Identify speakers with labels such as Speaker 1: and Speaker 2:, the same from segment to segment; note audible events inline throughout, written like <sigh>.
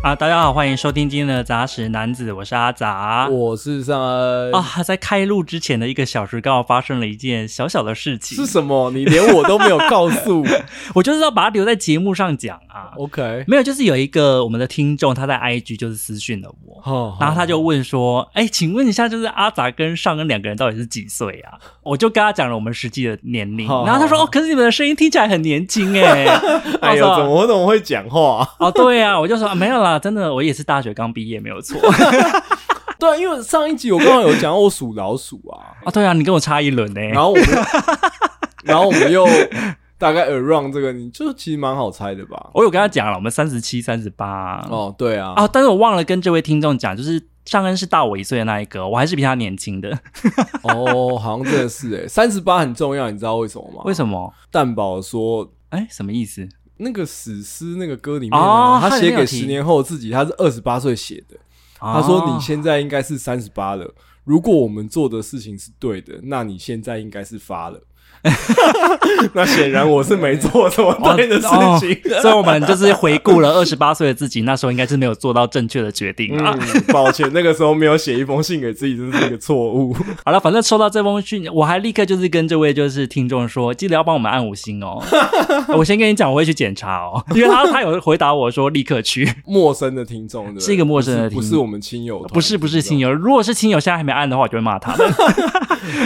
Speaker 1: 啊，大家好，欢迎收听今天的杂食男子，我是阿杂。
Speaker 2: 我是上恩
Speaker 1: 啊，在开录之前的一个小时，刚好发生了一件小小的事情
Speaker 2: <laughs> 是，什么？你连我都没有告诉 <laughs> 我。
Speaker 1: 我就是要把它留在节目上讲啊。
Speaker 2: OK，
Speaker 1: 没有，就是有一个我们的听众，他在 IG 就是私讯了我，
Speaker 2: 好
Speaker 1: 然后他就问说：“哎，请问一下，就是阿杂跟尚恩两个人到底是几岁
Speaker 2: <laughs>
Speaker 1: 啊？”我就跟他讲了我们实际的年龄，
Speaker 2: 好
Speaker 1: 然后他说：“哦，可是你们的声音听起来很年轻
Speaker 2: <laughs>
Speaker 1: 哎、
Speaker 2: 哎呦，
Speaker 1: 我说
Speaker 2: 怎么我怎么会讲话、
Speaker 1: 哦，对啊，我就说、啊没有啦，真的，我也是大学刚毕业，没有
Speaker 2: <laughs>
Speaker 1: 错。
Speaker 2: 对啊，因为上一集我刚刚有讲到我属老鼠 <laughs> 啊，
Speaker 1: 哦，对啊，你跟我差一轮呢、
Speaker 2: 然后我们，然后我们又大概 around 这个，你就其实蛮好猜的吧？
Speaker 1: 我有跟他讲了，我们三十七、三十八哦，
Speaker 2: 哦，对哦啊，
Speaker 1: 但是我忘了跟这位听众讲，就是尚恩是大我一岁的那一个，我还是比他年轻的。
Speaker 2: 哦，好像真的是哎、欸，三十八很重要，你知道为什么吗？
Speaker 1: 为
Speaker 2: 么？
Speaker 1: 什么？
Speaker 2: 蛋宝说。
Speaker 1: 哎，什么意思？
Speaker 2: 那个史诗那个歌里面、
Speaker 1: 哦
Speaker 2: 啊他
Speaker 1: 他里
Speaker 2: 写
Speaker 1: 面有
Speaker 2: 给
Speaker 1: 提
Speaker 2: 十年后的自己，他是二十八岁写的。他
Speaker 1: 他
Speaker 2: 说：“你现在应该是三十八了。如果我们做的事情是对的，那你现在应该是
Speaker 1: <laughs>
Speaker 2: 发了。那显然我是没做什么对的事情。
Speaker 1: 哦所以我们就是回顾了二十八岁的自己，那时候应该是没有做到正确的决定啊。
Speaker 2: 嗯，抱歉，那个时候没有写一封信给自己，这是一个错误。 <laughs>
Speaker 1: 好了，反正收到这封讯，我还立刻就是跟这位就是听众说，记得要帮我们按五星
Speaker 2: <laughs>
Speaker 1: 哦。我先跟你讲，我会去检查哦，因为他他有回答我说立刻去，
Speaker 2: 陌生的听众，对不对
Speaker 1: 是一个陌生的听众哦
Speaker 2: 不是不是我们亲友团，
Speaker 1: 不是不
Speaker 2: 哦
Speaker 1: 是亲友，如果是亲友现在还没按的话，我就会骂他们。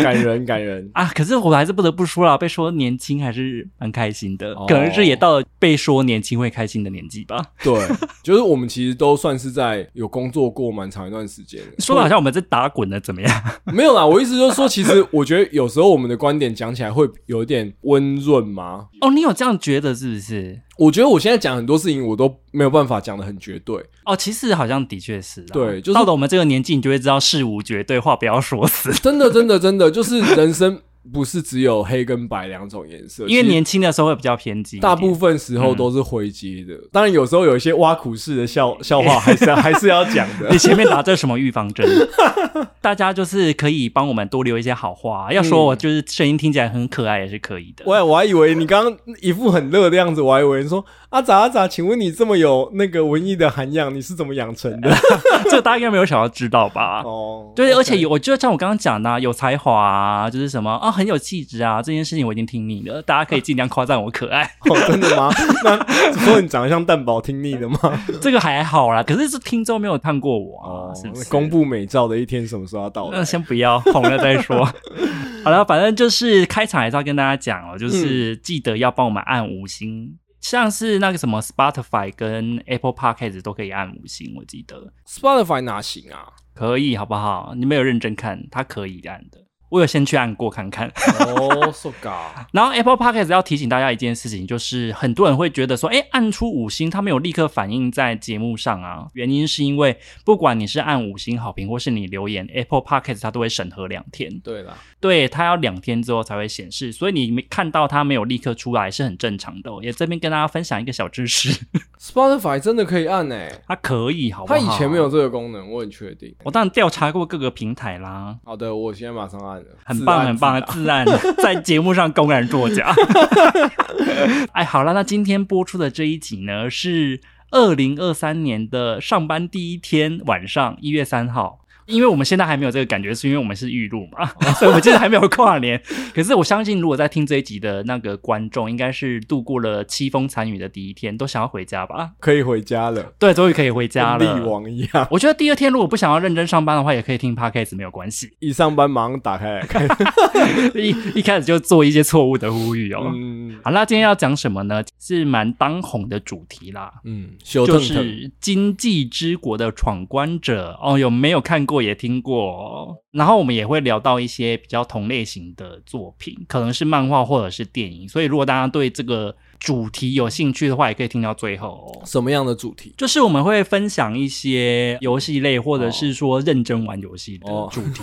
Speaker 2: 感人感人。
Speaker 1: 啊，可是我还是不得不说啦，被说年轻还是蛮开心的，
Speaker 2: 哦
Speaker 1: 可能是也到了被说年轻会开心的年纪吧。
Speaker 2: 对，就是我们其实都算是在有工作过蛮长一段时间的。
Speaker 1: 说的好像我们在打滚的怎么样？
Speaker 2: 没有啦，我意思就是说，其实我觉得有时候我们的观点讲起来会有点温润嘛，
Speaker 1: 哦，你有这样觉得是不是？
Speaker 2: 我觉得我现在讲很多事情，我都没有办法讲的很绝对。
Speaker 1: 哦，其实好像的确是啦。
Speaker 2: 对就是
Speaker 1: 到了我们这个年纪，你就会知道事无绝对，话不要说
Speaker 2: <laughs>
Speaker 1: 死。
Speaker 2: 真的，真的，真的，就是人生不是只有黑跟白两种颜色，
Speaker 1: 因为
Speaker 2: 其实
Speaker 1: 年轻的时候会比较偏激一点，
Speaker 2: 大部分时候都是灰阶
Speaker 1: 嗯
Speaker 2: 的。当然，有时候有一些挖苦式
Speaker 1: <laughs>
Speaker 2: 的笑笑话，还是要还是要讲的
Speaker 1: <laughs> 你。前面打这什么预防针？ <laughs> 大家就是可以帮我们多留一些好话、要说我就是声音听起来很可爱也是可以的。
Speaker 2: 嗯我我还以为你刚刚一副很热的样子，我还以为你说啊阿杂阿杂，请问你这么有那个文艺的涵养，你是怎么养成的？
Speaker 1: <laughs> 这个大家应该没有想要知道 <laughs> 吧？
Speaker 2: 哦，
Speaker 1: 对，而
Speaker 2: OK
Speaker 1: 且有，我觉得像我刚刚讲的、啊，有才华啊，就是什么啊，很有气质啊，这件事情我已经听腻了。大家可以尽量夸赞我可
Speaker 2: <laughs>
Speaker 1: 爱，
Speaker 2: 哦，真的吗？
Speaker 1: <laughs>
Speaker 2: 那说你长得像蛋堡，听腻了吗？
Speaker 1: 这个还好啦。可是是听众没有看过我啊，
Speaker 2: 哦
Speaker 1: 是不，
Speaker 2: 那
Speaker 1: 是？
Speaker 2: 公布美照的一天什么时候要到来？
Speaker 1: 那先不要红了再
Speaker 2: <laughs>
Speaker 1: 说。好了，反正就是开场还是要跟大家讲哦，
Speaker 2: 嗯
Speaker 1: 就是记得要帮我们按五星。像是那个什么 Spotify 跟 Apple Podcast 都可以按五星，我记得
Speaker 2: Spotify 哪行啊？
Speaker 1: 可以，好不好？你没有认真看，它可以按的。我有先去按过看看，
Speaker 2: 哦，so ga，
Speaker 1: 然后 Apple Podcast 要提醒大家一件事情，就是很多人会觉得说，哎，按出五星，它没有立刻反映在节目上啊。原因是因为不管你是按五星好评，或是你留言，Apple Podcast 它都会审核两天，
Speaker 2: <laughs> 对啦，
Speaker 1: 对，它要两天之后才会显示，所以你没看到它没有立刻出来是很正常的哦、也这边跟大家分享一个小知识， <laughs>
Speaker 2: Spotify 真的可以按诶、
Speaker 1: 它可以，好不
Speaker 2: 它
Speaker 1: 好？
Speaker 2: 以前没有，这个功能，我很确定。
Speaker 1: 我当然调查过各个平台啦。
Speaker 2: 好的，我现在马上按了，
Speaker 1: 很棒，很棒，自然 <laughs> 在节目上公然作假。 <laughs> 哎，好了，那今天播出的这一集呢，是二零二三年的上班第一天晚上，一月三号。因为我们现在还没有这个感觉，是因为我们是预录嘛，所以我们现在还没有跨年。可是我相信，如果在听这一集的那个观众，应该是度过了凄风惨雨的第一天，都想要回家吧？
Speaker 2: 可以回家了，
Speaker 1: 对，终于可以回家
Speaker 2: 跟
Speaker 1: 了。
Speaker 2: 力王一样。
Speaker 1: 我觉得第二天如果不想要认真上班的话，也可以听 podcast 没有关系。
Speaker 2: 一上班马上打开来看。
Speaker 1: <laughs> 一一开始就做一些错误的呼吁哦。
Speaker 2: 嗯
Speaker 1: 好，那今天要讲什么呢？是蛮当红的主题啦，
Speaker 2: 嗯，修
Speaker 1: 就
Speaker 2: 腾腾
Speaker 1: 是《经济之国的闯关者》哦，有没有看过也听过、哦？然后我们也会聊到一些比较同类型的作品，可能是漫画或者是电影，所以如果大家对这个主题有兴趣的话，也可以听到最后哦。
Speaker 2: 什么样的主题？ <laughs>
Speaker 1: 就是我们会分享一些游戏类，或者是说认真玩游戏的
Speaker 2: 哦
Speaker 1: 主 <laughs> 题，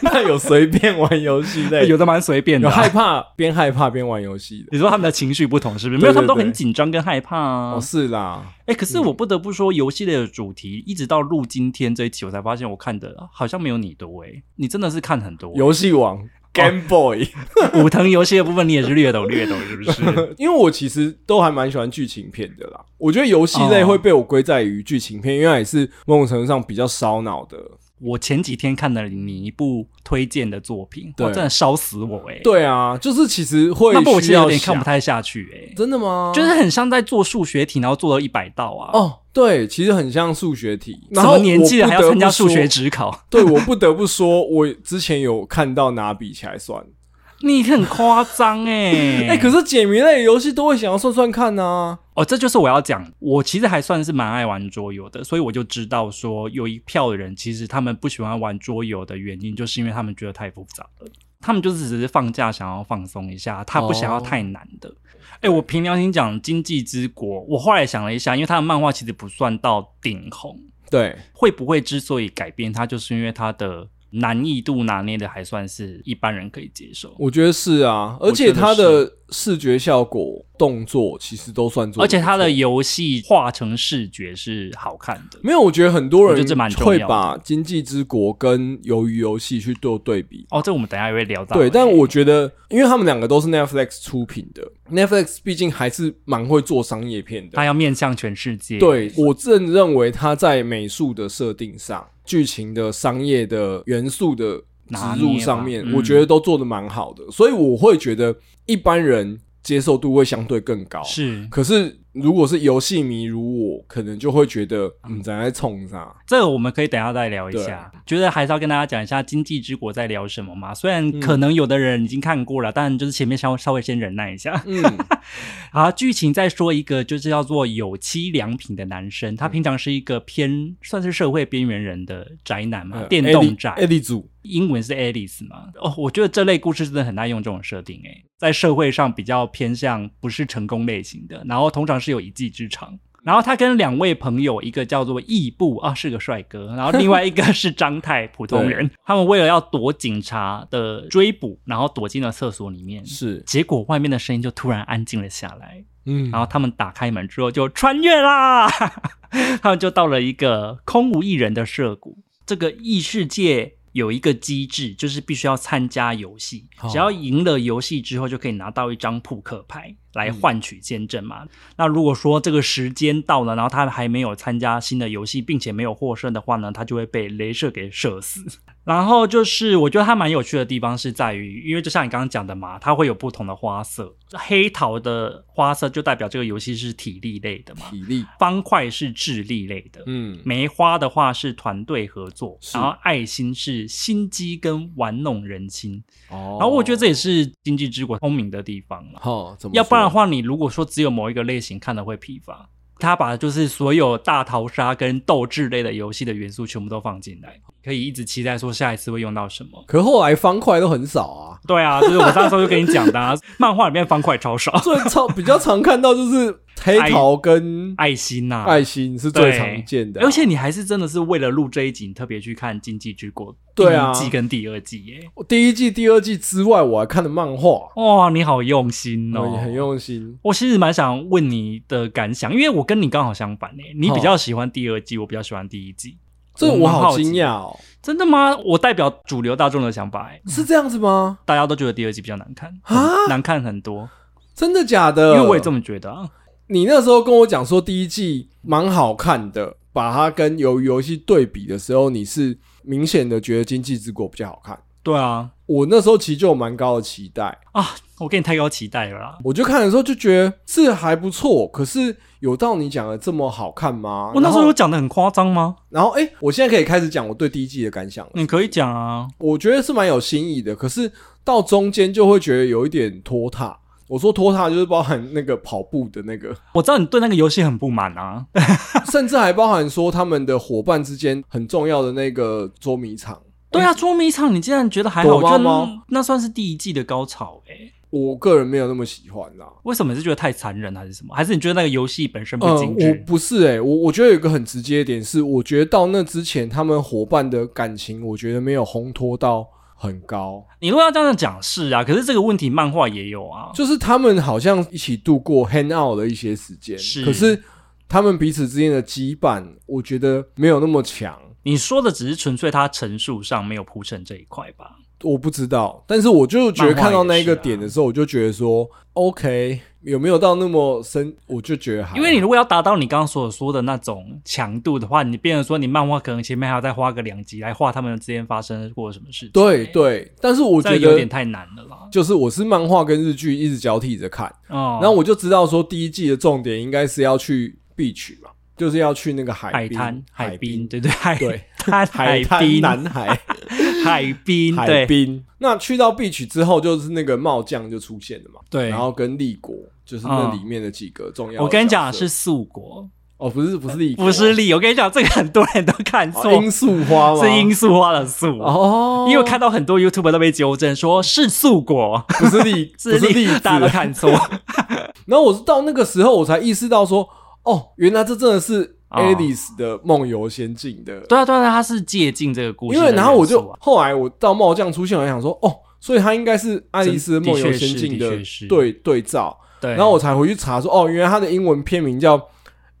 Speaker 2: 那有随便玩游戏
Speaker 1: <laughs>
Speaker 2: 类，
Speaker 1: 有的蛮随便的
Speaker 2: 有
Speaker 1: 啊、
Speaker 2: 害怕边害怕边玩游戏的。
Speaker 1: <laughs> 你说他们的情绪不同是不是？没
Speaker 2: 对
Speaker 1: 有，他们都
Speaker 2: 对对
Speaker 1: 很紧张跟害怕啊。
Speaker 2: 哦，嗯是啦，
Speaker 1: 哎、可是我不得不说，游戏类的主题一直到 <laughs> 录今天这一期，我才发现我看的好像没有你多哎、你真的是看很多。
Speaker 2: 游戏王 Game Boy，
Speaker 1: 武藤游戏的部分你也是略懂略懂，是不是？
Speaker 2: <laughs> 因为我其实都还蛮喜欢剧情片的啦。我觉得游戏
Speaker 1: 哦
Speaker 2: 类会被我归在于剧情片，因为它也是某种程度上比较烧脑的。
Speaker 1: 我前几天看了你一部推荐的作品，
Speaker 2: 对
Speaker 1: 哇，真的烧死我哎、欸！，
Speaker 2: 对啊，就是其实会
Speaker 1: 那部我其实
Speaker 2: 需
Speaker 1: 有
Speaker 2: 要
Speaker 1: 点看不
Speaker 2: 想
Speaker 1: 太下去哎、欸
Speaker 2: 真的吗？
Speaker 1: 就是很像在做数学题，然后做了一百道啊。
Speaker 2: 哦，对，其实很像数学题。
Speaker 1: 什
Speaker 2: 然后
Speaker 1: 么年纪了还要参加数学
Speaker 2: 题？
Speaker 1: 指考？
Speaker 2: 对，我不得不说，我之前有看到拿笔起
Speaker 1: <laughs>
Speaker 2: 来算。
Speaker 1: 你很夸张哎！
Speaker 2: <laughs> 哎、可是解谜类游戏都会想要算算看啊。
Speaker 1: 哦，这就是我要讲。我其实还算是蛮爱玩桌游的，所以我就知道说，有一票的人其实他们不喜欢玩桌游的原因，就是因为他们觉得太复杂了。他们就是只是放假想要放松一下，他不想
Speaker 2: 哦
Speaker 1: 要太难的。哎、我凭良心讲，《经济之国》，我后来想了一下，因为他的漫画其实不算到顶红，
Speaker 2: 对，
Speaker 1: 会不会之所以改编它，就是因为它的难易度拿捏的还算是一般人可以接受。
Speaker 2: 我觉得是啊，而且它的视觉效果、动作其实都算做得不错，
Speaker 1: 而且它的游戏画成视觉是好看的，
Speaker 2: 没有，我觉得很多
Speaker 1: 我觉
Speaker 2: 人
Speaker 1: 得这蛮重
Speaker 2: 会
Speaker 1: 要的
Speaker 2: 把《经济之国》跟《鱿鱼游戏》去做对比。
Speaker 1: 哦，这我们等一下也会聊到欸。
Speaker 2: 对，但我觉得，因为他们两个都是 Netflix 出品的，Netflix 毕竟还是蛮会做商业片的
Speaker 1: 他。要面向全世界。
Speaker 2: 对我正认为他在美术的设定上、剧情的商业的元素的
Speaker 1: 拿
Speaker 2: 植
Speaker 1: 捏
Speaker 2: 入
Speaker 1: 吧
Speaker 2: 上面，
Speaker 1: 嗯
Speaker 2: 我觉得都做的蛮好的，所以我会觉得一般人接受度会相对更高。
Speaker 1: 是
Speaker 2: 可是如果是游戏迷如我，可能就会觉得，嗯，咱在冲啥？
Speaker 1: 这个我们可以等一下再聊一下。觉得还是要跟大家讲一下《经济之国》在聊什么嘛？虽
Speaker 2: 嗯
Speaker 1: 然可能有的人已经看过了，但就是前面稍稍微先忍耐一
Speaker 2: <laughs>
Speaker 1: 下。
Speaker 2: 嗯，
Speaker 1: 好，剧情再说一个，就是叫做有妻良品的男生，
Speaker 2: 嗯
Speaker 1: 他平常是一个偏算是社会边缘人的宅男
Speaker 2: 嗯
Speaker 1: 嘛，电动宅。
Speaker 2: 艾利组，
Speaker 1: 英文是 Alice 嘛？哦，我觉得这类故事真的很爱用这种设定、欸，诶，在社会上比较偏向不是成功类型的，然后通常是有一技之长。然后他跟两位朋友，一个叫做义布啊，是个帅哥，然后另外一个是张太，普通人。他们为了要躲警察的追捕，然后躲进了厕所里面。
Speaker 2: 是，
Speaker 1: 结果外面的声音就突然安静了下来，
Speaker 2: 嗯，
Speaker 1: 然后他们打开门之后就穿越啦， <laughs> 他们就到了一个空无一人的涉谷。这个异世界有一个机制，就是必须要参加游戏，
Speaker 2: 哦
Speaker 1: 只要赢了游戏之后，就可以拿到一张扑克牌来换取见证嘛。那如果说这个时间到了，然后他还没有参加新的游戏，并且没有获胜的话呢，他就会被镭射给射死。然后就是，我觉得它蛮有趣的地方是在于，因为就像你刚刚讲的嘛，它会有不同的花色，黑桃的花色就代表这个游戏是体力类的嘛，
Speaker 2: 体力，
Speaker 1: 方块是智力类的，
Speaker 2: 嗯，
Speaker 1: 梅花的话是团队合作，
Speaker 2: 是
Speaker 1: 然后爱心是心机跟玩弄人心，
Speaker 2: 哦
Speaker 1: 然后我觉得这也是经济之国聪明的地方了。
Speaker 2: 好，怎么说？
Speaker 1: 要不然的话，你如果说只有某一个类型，看的会疲乏。他把就是所有大逃杀跟斗智类的游戏的元素全部都放进来，可以一直期待说下一次会用到什么。
Speaker 2: 可后来方块都很少啊，
Speaker 1: 对啊，就是我上次就跟你讲的、啊， <laughs> 漫画里面方块超少，
Speaker 2: 最常 <laughs> 比较常看到就是黑桃跟
Speaker 1: 爱心呐、
Speaker 2: 爱心是最常见的啊、
Speaker 1: 而且你还是真的是为了录这一集，你特别去看《经济之国》
Speaker 2: 对啊
Speaker 1: 第一季跟第二季耶。
Speaker 2: 我第一季、第二季之外，我还看了漫画，
Speaker 1: 哇，你好用心
Speaker 2: 我
Speaker 1: 哦，
Speaker 2: 也很。用心。
Speaker 1: 我其实蛮想问你的感想，因为我跟你刚好相反诶，你比较喜欢第二季，我比较喜欢第一季。
Speaker 2: 这
Speaker 1: 我
Speaker 2: 我
Speaker 1: 蛮好
Speaker 2: 好
Speaker 1: 奇嗯
Speaker 2: 惊讶哦，
Speaker 1: 真的吗？我代表主流大众的想法、欸，
Speaker 2: 是这样子吗？
Speaker 1: 大家都觉得第二季比较难看，
Speaker 2: 啊呃
Speaker 1: 难看很多，
Speaker 2: 真的假
Speaker 1: 因
Speaker 2: 的？
Speaker 1: 为我也这么觉得啊。
Speaker 2: 你那时候跟我讲说第一季蛮好看的，把它跟鱿鱼游戏对比的时候，你是明显的觉得《经济之国》比较好看。
Speaker 1: 对啊，
Speaker 2: 我那时候其实就有蛮高的期待，
Speaker 1: 啊，我给你太高期待了啦。
Speaker 2: 我就看的时候就觉得是还不错，可是有到你讲的这么好看吗？
Speaker 1: 我那时候
Speaker 2: 然后
Speaker 1: 有讲的很夸张吗？
Speaker 2: 然后哎、诶我现在可以开始讲我对第一季的感想了。
Speaker 1: 你可以讲啊。
Speaker 2: 我觉得是蛮有新意的，可是到中间就会觉得有一点拖沓。我说拖沓就是包含那个跑步的那个， <laughs>
Speaker 1: 我知道你对那个游戏很不满啊，
Speaker 2: 甚至还包含说他们的伙伴之间很重要的那个捉迷藏。
Speaker 1: 对啊，捉迷藏你竟然觉得还好，
Speaker 2: 躲猫
Speaker 1: 我觉得
Speaker 2: 猫
Speaker 1: 那那算是第一季的高潮哎、
Speaker 2: 我个人没有那么喜欢啦。
Speaker 1: 为什么你是觉得太残忍还是什么？还是你觉得那个游戏本身不
Speaker 2: 嗯，
Speaker 1: 精
Speaker 2: 我
Speaker 1: 致？
Speaker 2: 不是诶、我我觉得有一个很直接的点是，我觉得到那之前他们伙伴的感情，我觉得没有烘托到很高，
Speaker 1: 你如果要这样讲是啊，可是这个问题漫画也有啊。
Speaker 2: 就是他们好像一起度过 hang out 的一些时间，
Speaker 1: 是
Speaker 2: 可是他们彼此之间的羁绊，我觉得没有那么强。
Speaker 1: 你说的只是纯粹它陈述上没有铺陈这一块吧？
Speaker 2: 我不知道，但是我就觉得
Speaker 1: 漫画
Speaker 2: 看到
Speaker 1: 也
Speaker 2: 那
Speaker 1: 是
Speaker 2: 个
Speaker 1: 啊
Speaker 2: 点的时候，我就觉得说，OK，有没有到那么深，我就觉得还好，
Speaker 1: 因为你如果要达到你刚刚所说的那种强度的话，你变成说你漫画可能前面还要再花个两集来画他们之间发生过什么事情。
Speaker 2: 对对，但是我
Speaker 1: 这
Speaker 2: 觉
Speaker 1: 有点
Speaker 2: 得
Speaker 1: 太难了啦。
Speaker 2: 就是我是漫画跟日剧一直交替着看，
Speaker 1: 哦，
Speaker 2: 然后我就知道说第一季的重点应该是要去 beach 嘛，就是要去那个
Speaker 1: 海
Speaker 2: 滨
Speaker 1: 滩、海
Speaker 2: 滨
Speaker 1: 滨，、对对海
Speaker 2: 对
Speaker 1: <laughs> 滩、
Speaker 2: 海滩、
Speaker 1: 滨、
Speaker 2: 南海、
Speaker 1: 海滨，<laughs>
Speaker 2: 海
Speaker 1: 对
Speaker 2: 滨。那去到 beach 之后，就是那个帽将就出现了嘛，
Speaker 1: 对
Speaker 2: 然后跟立国就是那里面的几个重要的角色。
Speaker 1: 我跟你讲啊是素国，
Speaker 2: 哦，不是不是立国，
Speaker 1: 不是力。我跟你讲，这个很多人都看
Speaker 2: 哦
Speaker 1: 错，
Speaker 2: 罂粟花吗？
Speaker 1: 是罂粟花的素。
Speaker 2: 哦，
Speaker 1: 因为我看到很多 YouTube 都被纠正说是素果，
Speaker 2: 不是
Speaker 1: <laughs>
Speaker 2: 立
Speaker 1: 是
Speaker 2: 不是栗
Speaker 1: 栗，
Speaker 2: 子
Speaker 1: 大家都看错。
Speaker 2: 然后我是到那个时候我才意识到说，哦，原来这真的是
Speaker 1: 哦
Speaker 2: Alice 的梦游仙境的。
Speaker 1: 对啊，对啊，对啊他是借镜这个故事
Speaker 2: 因
Speaker 1: 的元素啊。
Speaker 2: 为然后我就后来我到帽将出现，我还想说，哦，所以他应该是爱丽丝梦游仙
Speaker 1: 的确是
Speaker 2: 境的
Speaker 1: 的确是
Speaker 2: 对对照。
Speaker 1: 对，
Speaker 2: 然后我才回去查说，哦，原来他的英文片名叫《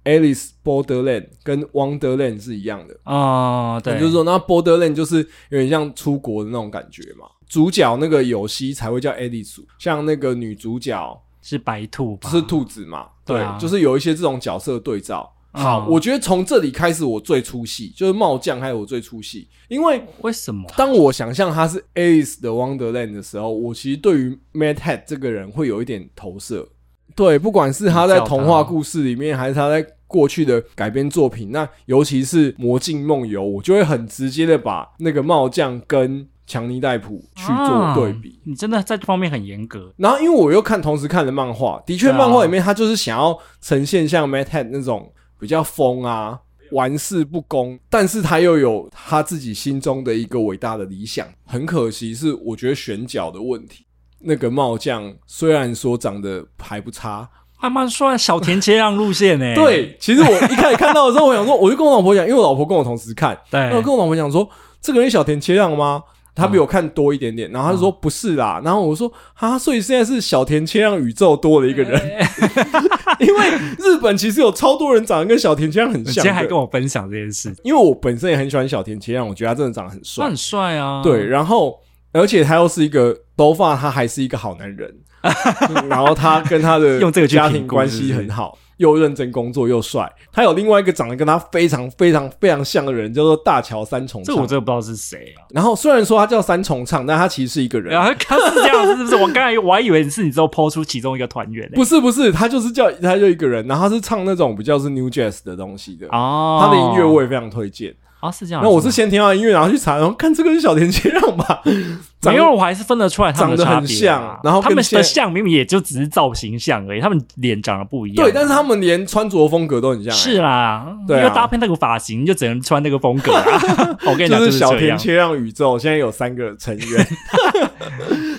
Speaker 2: Alice Borderland》跟《Wonderland》是一样的。
Speaker 1: 哦，对，
Speaker 2: 就是说，那 Borderland 就是有点像出国的那种感觉嘛。主角那个有希才会叫 Alice，像那个女主角
Speaker 1: 是白兔吧，
Speaker 2: 是兔子嘛？
Speaker 1: 对
Speaker 2: 对，
Speaker 1: 啊
Speaker 2: 就是有一些这种角色对照。好，
Speaker 1: 嗯
Speaker 2: 我觉得从这里开始我最出戏，就是帽将还有我最出戏，因为
Speaker 1: 为什么？
Speaker 2: 当我想象他是 Alice 的 Wonderland 的时候，我其实对于 Mad Hat 这个人会有一点投射。对，不管是他在童话故事里面，还是他在过去的改编作品，那尤其是《魔镜梦游》，我就会很直接的把那个帽将跟强尼戴普去做对比。
Speaker 1: 啊你真的在这方面很严格
Speaker 2: 然后，因为我又看同时看了漫画，的确，
Speaker 1: 对啊
Speaker 2: 漫画里面他就是想要呈现像 Mad Head 那种比较疯啊、玩世不恭，但是他又有他自己心中的一个伟大的理想。很可惜是，我觉得选角的问题。那个帽将虽然说长得还不差，
Speaker 1: 还蛮算小田切让路线欸呢、
Speaker 2: <laughs> 对，其实我一开始看到的时候，我想说，我就跟我老婆讲，因为我老婆跟我同时看，然后
Speaker 1: 对
Speaker 2: 跟我老婆讲说，这个人小田切让吗？他
Speaker 1: 嗯
Speaker 2: 比我看多一点点，然后他就说不是啦，然后我说啊，所以现在是小田切让宇宙多了一个人，
Speaker 1: 哎
Speaker 2: <laughs> 因为日本其实有超多人长得跟小田切让很
Speaker 1: 你
Speaker 2: 像
Speaker 1: 今天还
Speaker 2: 的
Speaker 1: 跟，我分享这件事，
Speaker 2: 因为我本身也很喜欢小田切让，我觉得他真的长得很
Speaker 1: 他
Speaker 2: 帅
Speaker 1: 很，帅啊。
Speaker 2: 对，，然后而且他又是一个头发，他还是一个好男
Speaker 1: <laughs>
Speaker 2: 人，嗯然后他跟他的
Speaker 1: 用这个去
Speaker 2: 家
Speaker 1: 评
Speaker 2: 庭
Speaker 1: 估
Speaker 2: 关
Speaker 1: 是不
Speaker 2: 系
Speaker 1: 是
Speaker 2: 很好，又认真工作又帅，他有另外一个长得跟他非常非常非常像的人，叫做大桥三重
Speaker 1: 这
Speaker 2: 唱
Speaker 1: 我。真的不知道是谁啊。
Speaker 2: 然后虽然说他叫三重唱，但他其实是一个人
Speaker 1: 然，后他是这样，是不是？我刚才我还以为是你之后抛出其中一个团员欸呢、
Speaker 2: 不是不是，他就是叫他就一个人，然后他是唱那种比较是 New Jazz 的东西的。
Speaker 1: 哦，
Speaker 2: 他的音乐我也非常推荐。
Speaker 1: 啊是这样。
Speaker 2: 那我是
Speaker 1: 吗
Speaker 2: 先听到音乐，然后去查，然后看这个是小田切让吧，
Speaker 1: <laughs>
Speaker 2: 长
Speaker 1: 没有，我还是分得出来他们的
Speaker 2: 长得
Speaker 1: 差
Speaker 2: 很
Speaker 1: 别啊、
Speaker 2: 像然后
Speaker 1: 他
Speaker 2: 跟
Speaker 1: 们
Speaker 2: 现
Speaker 1: 的
Speaker 2: 在
Speaker 1: 像明明也就只是造型像而已，他们脸长得不一样。
Speaker 2: 对，但是他们连穿着风格都很像、欸。
Speaker 1: 是啦，
Speaker 2: 对啊
Speaker 1: 因为搭配那个发型，你就只能穿那个风格啊。
Speaker 2: <laughs>
Speaker 1: 我跟你讲，
Speaker 2: 就是
Speaker 1: 是
Speaker 2: 小
Speaker 1: 这
Speaker 2: 田
Speaker 1: 样。
Speaker 2: 切让宇宙现在有三个成
Speaker 1: <laughs>
Speaker 2: 员，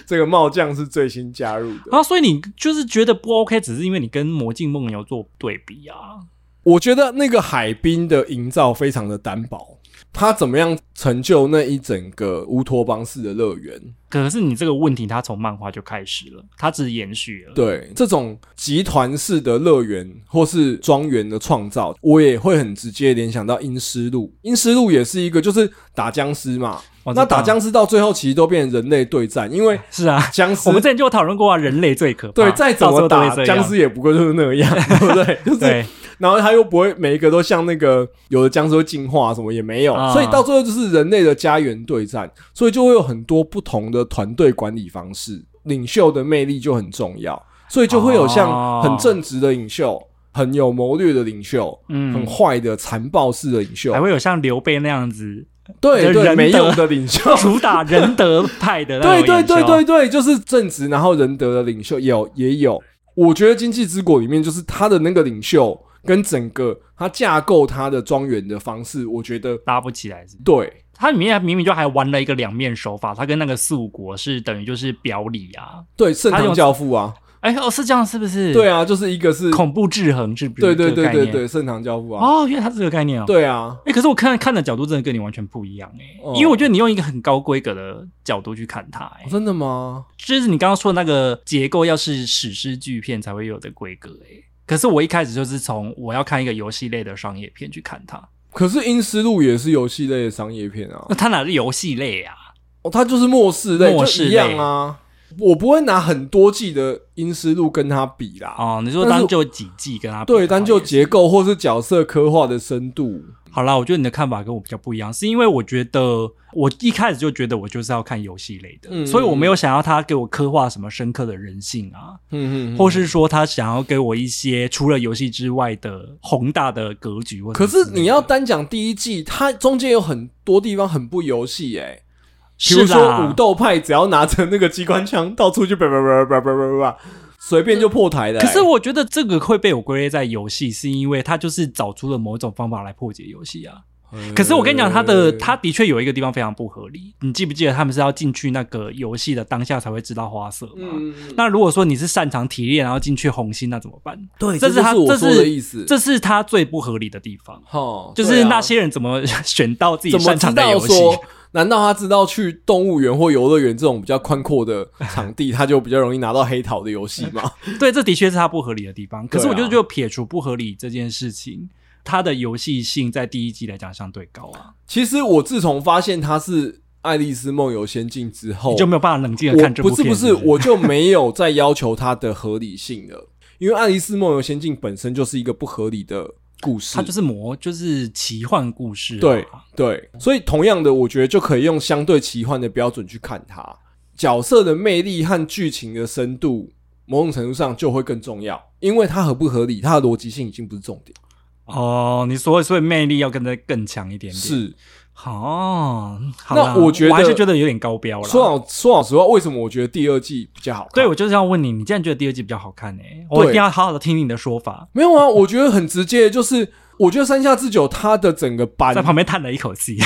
Speaker 2: 这个帽将是最新加入的。
Speaker 1: 啊，所以你就是觉得不 OK，只是因为你跟《魔镜梦游》做对比啊。
Speaker 2: 我觉得那个海滨的营造非常的单薄，他怎么样成就那一整个乌托邦式的乐园？
Speaker 1: 可是你这个问题，它从漫画就开始了，它只是延续了。
Speaker 2: 对这种集团式的乐园或是庄园的创造，我也会很直接联想到阴尸路。阴尸路也是一个就是打僵尸嘛，
Speaker 1: 我知道
Speaker 2: 那打僵尸到最后其实都变成人类对战，因为
Speaker 1: 是啊，
Speaker 2: 僵尸
Speaker 1: 我们之前就有讨论过啊，人类最可怕。
Speaker 2: 对再
Speaker 1: 到
Speaker 2: 怎
Speaker 1: 时
Speaker 2: 么
Speaker 1: 候都会
Speaker 2: 打
Speaker 1: 这样
Speaker 2: 僵尸也不过就是那样，对不
Speaker 1: <laughs>
Speaker 2: 对？就是
Speaker 1: 对
Speaker 2: 然后他又不会每一个都像那个有的僵尸会进化什么也没有，
Speaker 1: 啊
Speaker 2: 所以到最后就是人类的家园对战，所以就会有很多不同的团队管理方式，领袖的魅力就很重要，所以就会有像
Speaker 1: 哦
Speaker 2: 很正直的领袖，很有谋略的领袖，很
Speaker 1: 嗯，
Speaker 2: 坏的残暴式的领袖
Speaker 1: 还，会有像刘备那样子
Speaker 2: 对
Speaker 1: 就
Speaker 2: 对
Speaker 1: 仁德
Speaker 2: 没用的领
Speaker 1: <laughs>
Speaker 2: 袖。
Speaker 1: 主打仁德派的那种
Speaker 2: 对对对
Speaker 1: 营销
Speaker 2: 对对，就是正直然后仁德的领袖有也有，我觉得《经济之国》里面就是他的那个领袖跟整个他架构他的庄园的方式，我觉得
Speaker 1: 搭不起来是不是
Speaker 2: 对
Speaker 1: 它里面明明就还玩了一个两面手法，它跟那个四五国是等于就是表里啊。
Speaker 2: 对盛
Speaker 1: 他
Speaker 2: 唐
Speaker 1: 用
Speaker 2: 教父啊，
Speaker 1: 哎、哦，是这样是不是？
Speaker 2: 对啊，就是一个是
Speaker 1: 恐怖制衡是不是？
Speaker 2: 对对
Speaker 1: 这个
Speaker 2: 对
Speaker 1: 概
Speaker 2: 对
Speaker 1: 念
Speaker 2: 对盛唐教父啊，
Speaker 1: 哦，原来它是这个概念哦。
Speaker 2: 对啊，
Speaker 1: 哎、可是我看看的角度真的跟你完全不一样哎、
Speaker 2: 哦
Speaker 1: 因为我觉得你用一个很高规格的角度去看它、哎，
Speaker 2: 真的吗？
Speaker 1: 就是你刚刚说的那个结构，要是史诗巨片才会有的规格哎、可是我一开始就是从我要看一个游戏类的商业片去看它，
Speaker 2: 可是《阴尸路》也是游戏类的商业片啊
Speaker 1: 那，它哪是游戏类啊？
Speaker 2: 哦，它就是末世类，
Speaker 1: 末
Speaker 2: 就
Speaker 1: 世
Speaker 2: 一
Speaker 1: 类
Speaker 2: 样啊。我不会拿很多季的《阴尸路》跟它比啦，
Speaker 1: 哦，你说
Speaker 2: 但是
Speaker 1: 单就几季跟他比
Speaker 2: 对，
Speaker 1: 的话
Speaker 2: 单就
Speaker 1: 也
Speaker 2: 结构或是角色刻画的深度，
Speaker 1: 好啦，我觉得你的看法跟我比较不一样，是因为我觉得我一开始就觉得我就是要看游戏类的，
Speaker 2: 嗯
Speaker 1: 所以我没有想要他给我刻画什么深刻的人性啊，
Speaker 2: 嗯嗯，
Speaker 1: 或是说他想要给我一些除了游戏之外的宏大的格局或什
Speaker 2: 可
Speaker 1: 么之类的。
Speaker 2: 是你要单讲第一季，它中间有很多地方很不游戏哎，比
Speaker 1: 是
Speaker 2: 如说武
Speaker 1: 啦，
Speaker 2: 斗派，只要拿着那个机关枪到处去叭叭叭叭叭叭叭，随便就破台的、欸。
Speaker 1: 可是我觉得这个会被我归类在游戏，是因为他就是找出了某种方法来破解游戏啊。
Speaker 2: 嗯，
Speaker 1: 可是我跟你讲，他的他的确有一个地方非常不合理。你记不记得他们是要进去那个游戏的当下才会知道花色吗？
Speaker 2: 嗯，
Speaker 1: 那如果说你是擅长体力，然后进去红心，那怎么办？
Speaker 2: 对，
Speaker 1: 这
Speaker 2: 这
Speaker 1: 是他
Speaker 2: 就是我
Speaker 1: 这
Speaker 2: 说
Speaker 1: 是
Speaker 2: 的意思。
Speaker 1: 这是他最不合理的地方，
Speaker 2: 哈，
Speaker 1: 就是那
Speaker 2: 对
Speaker 1: 些人怎么 <laughs> 选到自己
Speaker 2: 啊怎么
Speaker 1: 擅
Speaker 2: 知
Speaker 1: 长的
Speaker 2: 道
Speaker 1: 游戏？
Speaker 2: 说？难道他知道去动物园或游乐园这种比较宽阔的场地，他就比较容易拿到黑桃的游戏吗？
Speaker 1: 对，这的确是他不合理的地方。可是
Speaker 2: 对啊
Speaker 1: 我就觉得撇除不合理这件事情，他的游戏性在第一季来讲相对高啊，
Speaker 2: 其实我自从发现他是《爱丽丝梦游仙境》之后，
Speaker 1: 你就没有办法冷静的
Speaker 2: 我
Speaker 1: 看这部
Speaker 2: 不是
Speaker 1: 片。
Speaker 2: 不
Speaker 1: 是
Speaker 2: 是，我就没有再要求它的合理性了，因为《爱丽丝梦游仙境》本身就是一个不合理的故事，
Speaker 1: 他就是魔，就是奇幻故事、啊。
Speaker 2: 对对，所以同样的，我觉得就可以用相对奇幻的标准去看它，角色的魅力和剧情的深度，某种程度上就会更重要，因为它合不合理，它的逻辑性已经不是重点，
Speaker 1: 哦，你所以所以魅力要跟得更强一点点。
Speaker 2: 是
Speaker 1: 哦，好
Speaker 2: 那
Speaker 1: 啦
Speaker 2: 我觉得
Speaker 1: 还是觉得有点高标了。
Speaker 2: 说老说老实话，为什么我觉得第二季比较好看？
Speaker 1: 对，我就是要问你，你竟然觉得第二季比较好看呢、我一定要好好的听你的说法。
Speaker 2: 没有啊，我觉得很直接，就是我觉得山下智久他的整个班
Speaker 1: <laughs> 在旁边叹了一口 <laughs> 气，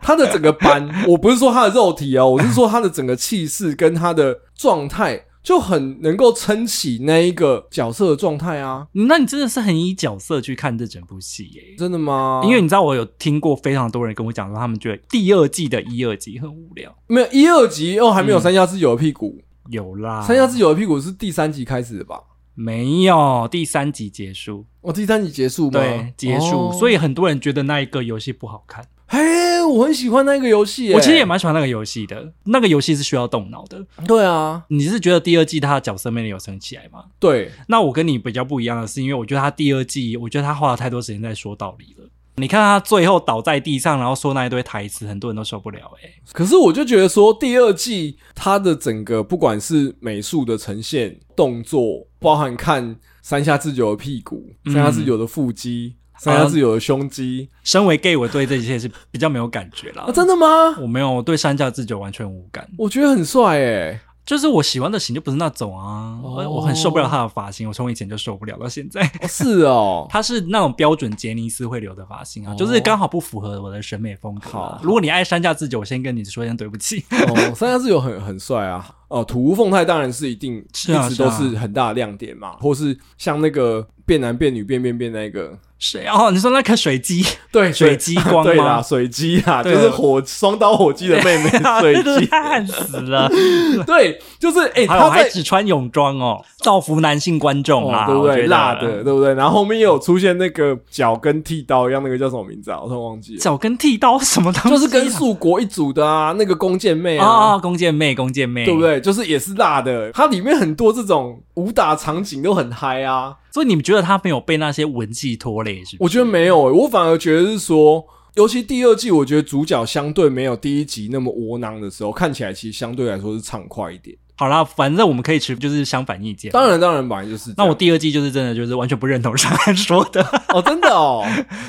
Speaker 2: 他的整个班，
Speaker 1: <laughs>
Speaker 2: 我不是说他的肉体哦，我是说他的整个气势跟他的状态，就很能够撑起那一个角色的状态啊。
Speaker 1: 那你真的是很以角色去看这整部戏耶、
Speaker 2: 真的吗？
Speaker 1: 因为你知道，我有听过非常多人跟我讲说，他们觉得第二季的一、二集很无聊。
Speaker 2: 没有一二集哦，还没有三下智久的屁股。
Speaker 1: 有啦，
Speaker 2: 三下智久的屁股是第三集开始的吧？
Speaker 1: 没有第三集结束，
Speaker 2: 哦，第三集结束吗？
Speaker 1: 对，结束。
Speaker 2: 哦
Speaker 1: 所以很多人觉得那一个游戏不好看。
Speaker 2: 嘿，我很喜欢那个游戏欸耶。
Speaker 1: 我其实也蛮喜欢那个游戏的，那个游戏是需要动脑的。
Speaker 2: 对啊，
Speaker 1: 你是觉得第二季它的角色魅力有升起来吗？
Speaker 2: 对，
Speaker 1: 那我跟你比较不一样的是，因为我觉得他第二季，我觉得他花了太多时间在说道理了。你看他最后倒在地上，然后说那一堆台词，很多人都受不了、欸。
Speaker 2: 可是我就觉得说，第二季它的整个不管是美术的呈现、动作，包含看山下智久的屁股、
Speaker 1: 嗯啊
Speaker 2: 山下智久的腹肌、山下智久的胸肌
Speaker 1: 身为 gay，我对这些是比较没有感觉啦
Speaker 2: 啊，。真的吗？
Speaker 1: 我没有我对山下智久完全无感，
Speaker 2: 我觉得很帅哎、
Speaker 1: 就是我喜欢的型就不是那种啊，
Speaker 2: 哦
Speaker 1: 我我很受不了他的发型，我从以前就受不了到现在。
Speaker 2: 哦是哦，
Speaker 1: 他是那种标准杰尼斯会留的发型啊，
Speaker 2: 哦
Speaker 1: 就是刚好不符合我的审美风格啊、
Speaker 2: 好
Speaker 1: 如果你爱山下智久，我先跟你说一声对不起。
Speaker 2: 哦，山下智久很很帅啊。哦，土屋凤太当然是一定
Speaker 1: 是啊
Speaker 2: 一直
Speaker 1: 是
Speaker 2: 都
Speaker 1: 啊
Speaker 2: 是很大的亮点嘛，或是像那个变男变女变变变那个，
Speaker 1: 谁哦？你说那颗水鸡？
Speaker 2: 对
Speaker 1: 水激光
Speaker 2: 对啦，
Speaker 1: 吗
Speaker 2: 水鸡啊，就
Speaker 1: 对啊
Speaker 2: 是火双刀火鸡的妹
Speaker 1: <laughs>
Speaker 2: 妹水
Speaker 1: 真的
Speaker 2: 鸡，
Speaker 1: 太死了！
Speaker 2: <laughs> 对，就是哎、
Speaker 1: 还有
Speaker 2: 他
Speaker 1: 还
Speaker 2: 在
Speaker 1: 只穿泳装哦，造福男性观众啦，
Speaker 2: 哦，对不
Speaker 1: 我觉
Speaker 2: 对？
Speaker 1: 得嗯
Speaker 2: 辣的，对不对？然后后面也有出现那个脚跟剃刀一样，那个叫什么名字啊？我突然忘记了，
Speaker 1: 脚跟剃刀什么东西啊、
Speaker 2: 就是跟素国一组的啊，那个弓箭妹
Speaker 1: 啊、
Speaker 2: 啊，
Speaker 1: 哦，弓箭妹，弓箭妹，
Speaker 2: 对不？对？就是也是辣的，它里面很多这种武打场景都很嗨啊。
Speaker 1: 所以你们觉得他没有被那些文戏拖累是不
Speaker 2: 我
Speaker 1: 是？
Speaker 2: 觉得没有、欸，我反而觉得是说。尤其第二季，我觉得主角相对没有第一集那么窝囊的时候，看起来其实相对来说是畅快一点。
Speaker 1: 好啦，反正我们可以持就是相反意见。
Speaker 2: 当然，当然，本来就是这
Speaker 1: 那
Speaker 2: 样
Speaker 1: 我第二季就是真的就是完全不认同上岸说的，
Speaker 2: 哦，真的
Speaker 1: <laughs>
Speaker 2: 哦，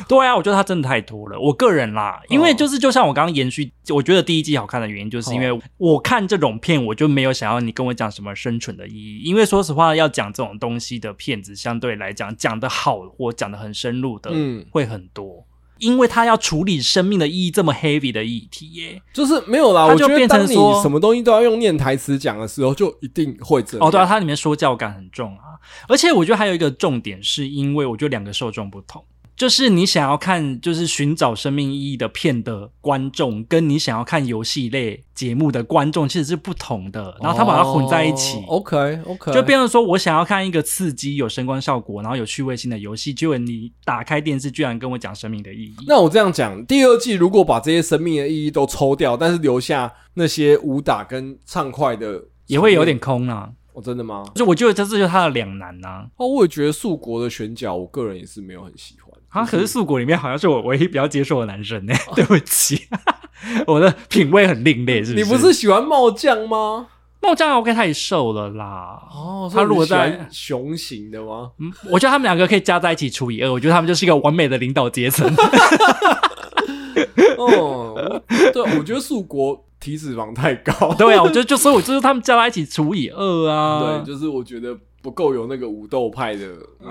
Speaker 1: 对啊，我觉得他真的太拖了。我个人啦，因为就是就像我刚刚延续，我觉得第一季好看的原因，就是因为我看这种片，我就没有想要你跟我讲什么生存的意义，因为说实话，要讲这种东西的片子，相对来讲讲的好或讲的很深入的，
Speaker 2: 嗯
Speaker 1: 会很多。因为他要处理生命的意义这么 heavy 的议题耶，
Speaker 2: 就是没有啦。
Speaker 1: 它
Speaker 2: 我
Speaker 1: 就
Speaker 2: 觉得
Speaker 1: 变成
Speaker 2: 当你
Speaker 1: 说
Speaker 2: 什么东西都要用念台词讲的时候，就一定会这样。
Speaker 1: 哦，对啊，它里面说教感很重啊，而且我觉得还有一个重点，是因为我觉得两个受众不同，就是你想要看就是寻找生命意义的片的观众，跟你想要看游戏类节目的观众其实是不同的，然后他把它混在一起。
Speaker 2: 哦 OK OK，
Speaker 1: 就变成说，我想要看一个刺激、有声光效果，然后有趣味性的游戏，结果你打开电视，居然跟我讲生命的意义。
Speaker 2: 那我这样讲，第二季如果把这些生命的意义都抽掉，但是留下那些武打跟畅快的，
Speaker 1: 也会有点空啊。
Speaker 2: 哦，真的吗？
Speaker 1: 就我觉得这就是他的两难啊呐、
Speaker 2: 哦，我也觉得宿国的选角，我个人也是没有很喜欢。
Speaker 1: 啊，可是素果里面好像是我唯一比较接受的男生呢、
Speaker 2: 哦
Speaker 1: <laughs> 对不起，我的品味很另类，是不
Speaker 2: 你
Speaker 1: 是？
Speaker 2: 不是喜欢茂将吗？
Speaker 1: 孟姜 OK 太瘦了啦。
Speaker 2: 哦
Speaker 1: 他如果在
Speaker 2: 雄型的吗？
Speaker 1: 嗯，我觉得他们两个可以加在一起除以二，我觉得他们就是一个完美的领导阶层。 <laughs>
Speaker 2: 哦，我对，我觉得素国体脂肪太高，
Speaker 1: 对啊，我觉得就所以我就是他们加在一起除以二啊
Speaker 2: 对，。就是我觉得不够有那个武斗派
Speaker 1: <laughs>
Speaker 2: 的。嗯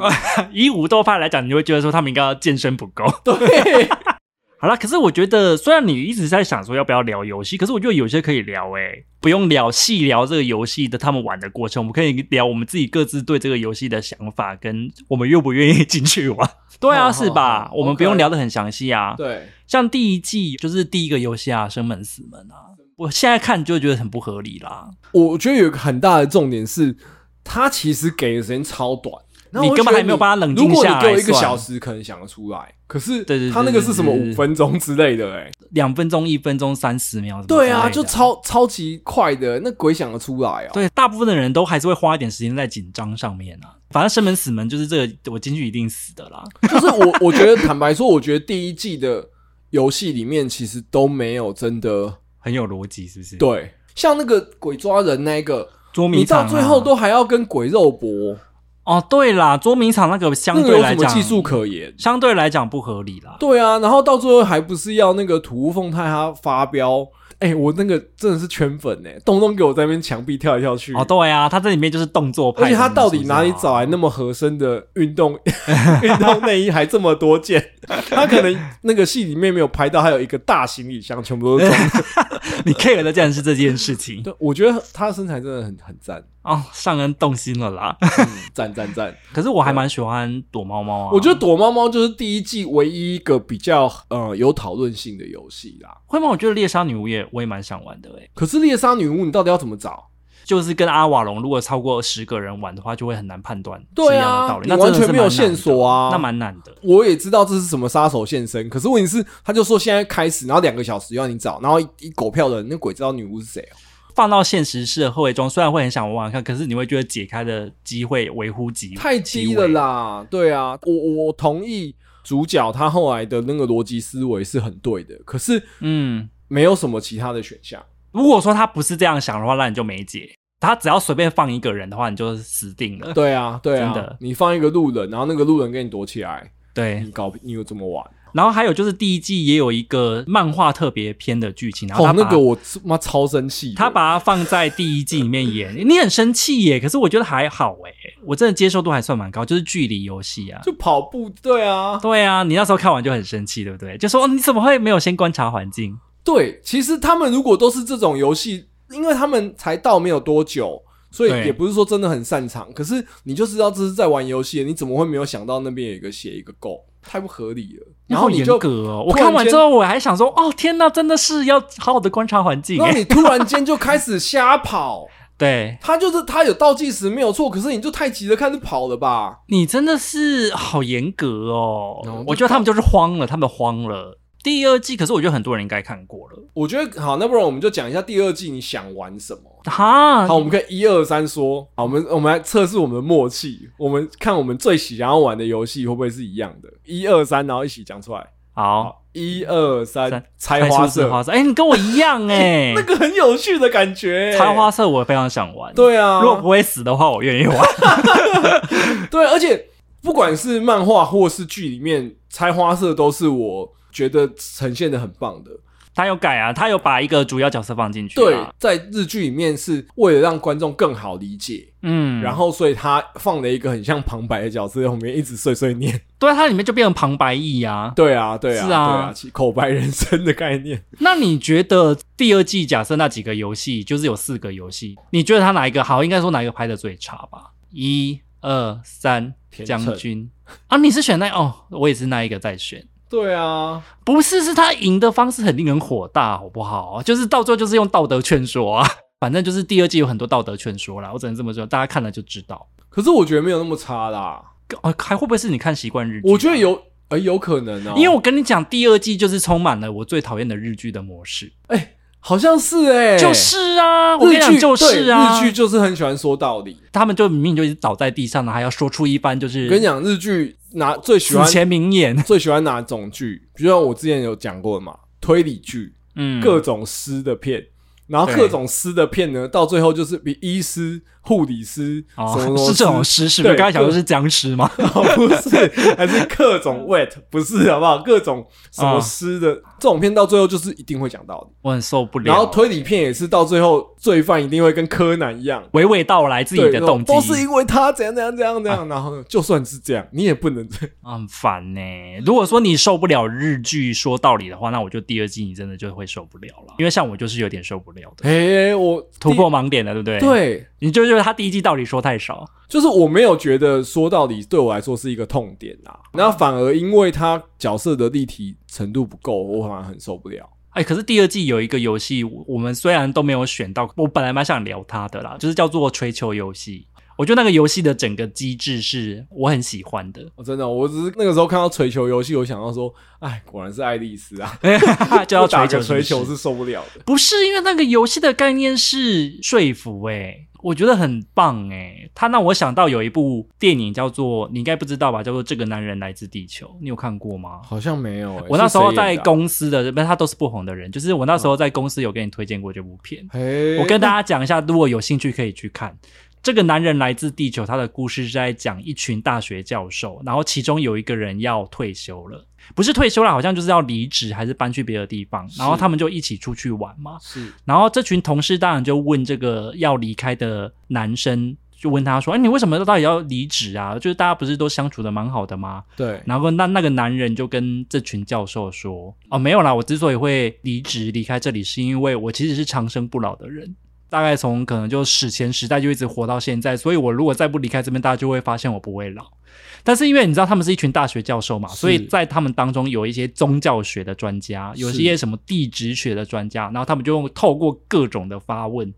Speaker 1: 以武斗派来讲，你会觉得说他们应该要健身不够。
Speaker 2: 对，
Speaker 1: <laughs> 好啦，可是我觉得虽然你一直在想说要不要聊游戏，可是我觉得有些可以聊诶、不用聊细聊这个游戏的他们玩的过程，我们可以聊我们自己各自对这个游戏的想法，跟我们愿不愿意进去玩。 <laughs> 对啊，
Speaker 2: 好
Speaker 1: 是吧
Speaker 2: 好好？
Speaker 1: 我们
Speaker 2: OK
Speaker 1: 不用聊得很详细啊。
Speaker 2: 对，
Speaker 1: 像第一季就是第一个游戏啊，《生门死门》啊，我现在看就会觉得很不合理啦。
Speaker 2: 我觉得有一个很大的重点是，他其实给的时间超短。然后我
Speaker 1: 你根本
Speaker 2: 觉得
Speaker 1: 还没有把它冷静
Speaker 2: 如果
Speaker 1: 下
Speaker 2: 你
Speaker 1: 来
Speaker 2: 给我一个
Speaker 1: 算
Speaker 2: 小时，可能想得出来。可是
Speaker 1: 对对对
Speaker 2: 他那个是什么
Speaker 1: 对对对
Speaker 2: 五分钟之类的、欸？哎，
Speaker 1: 两分钟、一分钟、三十秒什么之类的，
Speaker 2: 对啊，就超超级快的，那鬼想得出来哦、
Speaker 1: 对，大部分的人都还是会花一点时间在紧张上面啊。反正生门死门就是这个，我进去一定死的啦。
Speaker 2: 就是我，我觉得坦白说，我觉得第一季的游戏里面其实都没有真的
Speaker 1: 很有逻辑，是不是？，
Speaker 2: 对，像那个鬼抓人那一个，
Speaker 1: 捉迷
Speaker 2: 你
Speaker 1: 藏啊、
Speaker 2: 到最后都还要跟鬼肉搏，
Speaker 1: 哦，对啦，捉迷藏那个相
Speaker 2: 那个
Speaker 1: 对
Speaker 2: 有
Speaker 1: 来
Speaker 2: 什么
Speaker 1: 讲
Speaker 2: 技术可言？
Speaker 1: 相对来讲不合理啦。
Speaker 2: 对啊，然后到最后还不是要那个土屋凤太他发飙？哎、我那个真的是圈粉哎、动不动给我在那边墙壁跳来跳去。
Speaker 1: 哦，对啊，他这里面就是动作派
Speaker 2: 而
Speaker 1: 的
Speaker 2: 且
Speaker 1: 嘛，
Speaker 2: 他到底
Speaker 1: 是不是啊
Speaker 2: 哪里找来那么合身的运动 <laughs> 运动内衣，还这么多件？他可能那个戏里面没有拍到，还有一个大行李箱，全部都是
Speaker 1: <laughs>
Speaker 2: 装。
Speaker 1: <laughs> 你 care 的竟然是这件事情
Speaker 2: 对，我觉得他身材真的很很赞，
Speaker 1: 哦，上恩动心了啦。
Speaker 2: 嗯赞赞赞！
Speaker 1: 可是我还蛮喜欢躲猫猫啊，
Speaker 2: 我觉得躲猫猫就是第一季唯一一个比较呃有讨论性的游戏啦。
Speaker 1: 会吗？我觉得猎杀女巫也我也蛮想玩的诶、欸
Speaker 2: 可是猎杀女巫，你到底要怎么找？
Speaker 1: 就是跟阿瓦隆如果超过十个人玩的话，就会很难判断，是
Speaker 2: 对啊
Speaker 1: 一样的道理，
Speaker 2: 你
Speaker 1: 那真的
Speaker 2: 完全没有
Speaker 1: 是蛮难的
Speaker 2: 线索啊
Speaker 1: 那蛮难的。
Speaker 2: 我也知道这是什么杀手现身，可是问题是，他就说现在开始，然后两个小时要你找，然后一一狗票的人，那鬼知道女巫是谁哦、
Speaker 1: 放到现实世的后尾中，虽然会很想玩玩看，可是你会觉得解开的机会微乎其微
Speaker 2: 太低了。啦。对啊，我我我同意主角他后来的那个逻辑思维是很对的，可是
Speaker 1: 嗯，
Speaker 2: 没有什么其他的选项。
Speaker 1: 如果说他不是这样想的话，那你就没解。他只要随便放一个人的话，你就死定了。
Speaker 2: 对啊，对
Speaker 1: 真的
Speaker 2: 啊，你放一个路人，然后那个路人给你躲起来，
Speaker 1: 对
Speaker 2: 你，搞你有这么玩？
Speaker 1: 然后还有就是第一季也有一个漫画特别篇的剧情，然后他
Speaker 2: 哦，
Speaker 1: 把、
Speaker 2: 那个我他妈超生气的，
Speaker 1: 他把它放在第一季里面演，你很生气耶，可是我觉得还好诶，我真的接受度还算蛮高，就是距离游戏啊。
Speaker 2: 就跑步，对啊，
Speaker 1: 对啊，你那时候看完就很生气，对不对？就说、哦、你怎么会没有先观察环境？
Speaker 2: 对，其实他们如果都是这种游戏，因为他们才到没有多久，所以
Speaker 1: 对
Speaker 2: 也不是说真的很擅长。可是你就知道这是在玩游戏，你怎么会没有想到那边有一个写一个 go，太不合理了。然后
Speaker 1: 好
Speaker 2: 你
Speaker 1: 严
Speaker 2: 就，
Speaker 1: 格哦，
Speaker 2: 突
Speaker 1: 我
Speaker 2: 然
Speaker 1: 看完
Speaker 2: 间
Speaker 1: 之后我还想说，哦天呐，真的是要好好的观察环境
Speaker 2: 然后
Speaker 1: 诶。
Speaker 2: 你突然间就开始瞎跑。
Speaker 1: <laughs> 对
Speaker 2: 他就是他有倒计时没有错，可是你就太急着看就跑了吧？
Speaker 1: 你真的是好严格哦，
Speaker 2: 然后就
Speaker 1: 我觉得他们就是慌了，他们慌了。第二季，可是我觉得很多人应该看过了。
Speaker 2: 我觉得好，那不然我们就讲一下第二季你想玩什么。
Speaker 1: 哈，
Speaker 2: 好，我们可以一二三说。好，我们我们来测试我们的默契，我们看我们最想要玩的游戏会不会是一样的？一二三，然后一起讲出来。
Speaker 1: 好，
Speaker 2: 好，一二三
Speaker 1: 三，
Speaker 2: 猜花
Speaker 1: 色
Speaker 2: 色，
Speaker 1: 花色，哎、你跟我一样哎、
Speaker 2: <laughs> 那个很有趣的感觉、
Speaker 1: 猜花，色我非常想玩。、
Speaker 2: 对啊，
Speaker 1: 如果不会死的话，我愿意玩。 <laughs>
Speaker 2: 对，而且不管是漫画或是剧里面，猜花色都是我觉得呈现的很棒的。
Speaker 1: 他有改啊，他有把一个主要角色放进去、
Speaker 2: 对
Speaker 1: 啊。，
Speaker 2: 在日剧里面是为了让观众更好理解，
Speaker 1: 嗯，
Speaker 2: 然后所以他放了一个很像旁白的角色，在后面一直碎碎念。
Speaker 1: 对啊它里面就变成旁白译啊。
Speaker 2: 对啊，对啊，
Speaker 1: 是
Speaker 2: 对
Speaker 1: 啊
Speaker 2: 啊，其口白人生的概念。
Speaker 1: 那你觉得第二季假设那几个游戏就是有四个游戏，你觉得它哪一个好？应该说哪一个拍的最差吧？一、二三
Speaker 2: 天
Speaker 1: 将
Speaker 2: 秤
Speaker 1: 军啊，你是选那哦，我也是那一个在选。
Speaker 2: 对啊，
Speaker 1: 不是，是他赢的方式很令人火大，好不好？就是到最后就是用道德劝说啊， <laughs> 反正就是第二季有很多道德劝说啦，我只能这么说，大家看了就知道。
Speaker 2: 可是我觉得没有那么差啦，
Speaker 1: 啊，还会不会是你看习惯日剧？
Speaker 2: 我觉得，有，哎，有可能啊，
Speaker 1: 因为我跟你讲，第二季就是充满了我最讨厌的日剧的模式，
Speaker 2: 好像是哎、
Speaker 1: 就是啊，我跟你
Speaker 2: 日
Speaker 1: 讲
Speaker 2: 剧
Speaker 1: 就是啊，
Speaker 2: 对日剧就是很喜欢说道理。
Speaker 1: 他们就明明就一直倒在地上了，还要说出一番就是
Speaker 2: 我跟你讲，日剧拿最喜
Speaker 1: 死
Speaker 2: 欢
Speaker 1: 前名言，
Speaker 2: 最喜欢哪种剧？就像我之前有讲过的嘛，推理剧，
Speaker 1: 嗯，
Speaker 2: 各种诗的片，然后
Speaker 1: 对
Speaker 2: 各种诗的片呢，到最后就是比医师、护理师、什
Speaker 1: 哦
Speaker 2: 么
Speaker 1: 是这
Speaker 2: 什么
Speaker 1: 种
Speaker 2: 师。
Speaker 1: 诗，是不
Speaker 2: 对
Speaker 1: 是？刚才讲的是僵尸吗？
Speaker 2: <laughs> 哦不是，还是各种 wet，不是好不好？各种什
Speaker 1: 啊
Speaker 2: 么诗的、这种片，到最后就是一定会讲道理。
Speaker 1: 我很受不了。
Speaker 2: 然后推理片也是到最后，罪犯一定会跟柯南一样，
Speaker 1: 娓娓道来自己
Speaker 2: 对
Speaker 1: 的动机，啊
Speaker 2: 都是因为他怎样怎样怎样怎样。 <laughs> 然后就算是这样，你也不能这样。
Speaker 1: 很烦呢、如果说你受不了日剧说道理的话，那我就第二季你真的就会受不了了，因为像我就是有点受不了的，
Speaker 2: 哎、我
Speaker 1: 突破盲点了，对不对？，
Speaker 2: 对，
Speaker 1: 你就觉得他第一季道理说太少，
Speaker 2: 就是我没有觉得说道理对我来说是一个痛点啦，那反而因为他角色的立体程度不够，我反而很受不了。
Speaker 1: 哎，可是第二季有一个游戏，我我们虽然都没有选到，我本来蛮想聊它的啦，就是叫做吹球游戏。我觉得那个游戏的整个机制是我很喜欢的， <laughs>
Speaker 2: 哦、真的，我只是那个时候看到锤球游戏，我想到说，哎，果然是爱丽丝啊，
Speaker 1: 就要
Speaker 2: 不打
Speaker 1: 吹
Speaker 2: 个
Speaker 1: 球，
Speaker 2: 锤球是受不了的。
Speaker 1: 不是因为那个游戏的概念是说服、欸，我觉得很棒、欸，它让我想到有一部电影叫做，你应该不知道吧，叫做《这个男人来自地球》，你有看过吗？
Speaker 2: 好像没有、欸，
Speaker 1: 我那时候
Speaker 2: 是谁
Speaker 1: 在
Speaker 2: 演的啊，
Speaker 1: 公司的，不是他都是不红的人，就是我那时候在公司有给你推荐过这部片，
Speaker 2: 嘿
Speaker 1: 我跟大家讲一下，如果有兴趣可以去看。这个男人来自地球，他的故事是在讲一群大学教授，然后其中有一个人要退休了，不是退休了，好像就是要离职还是搬去别的地方，然后
Speaker 2: 是
Speaker 1: 他们就一起出去玩嘛。
Speaker 2: 是
Speaker 1: 然后这群同事当然就问这个要离开的男生，就问他说：“哎，你为什么到底要离职啊？就是大家不是都相处的蛮好的吗？”
Speaker 2: 对，
Speaker 1: 然后那那个男人就跟这群教授说：“哦，没有啦，我之所以会离职离开这里，是因为我其实是长生不老的人，大概从可能就史前时代就一直活到现在，所以我如果再不离开这边，大家就会发现我不会老。但是因为你知道他们是一群大学教授嘛，
Speaker 2: 是
Speaker 1: 所以在他们当中有一些宗教学的专家，有一
Speaker 2: 是
Speaker 1: 些什么地质学的专家，然后他们就用透过各种的发问，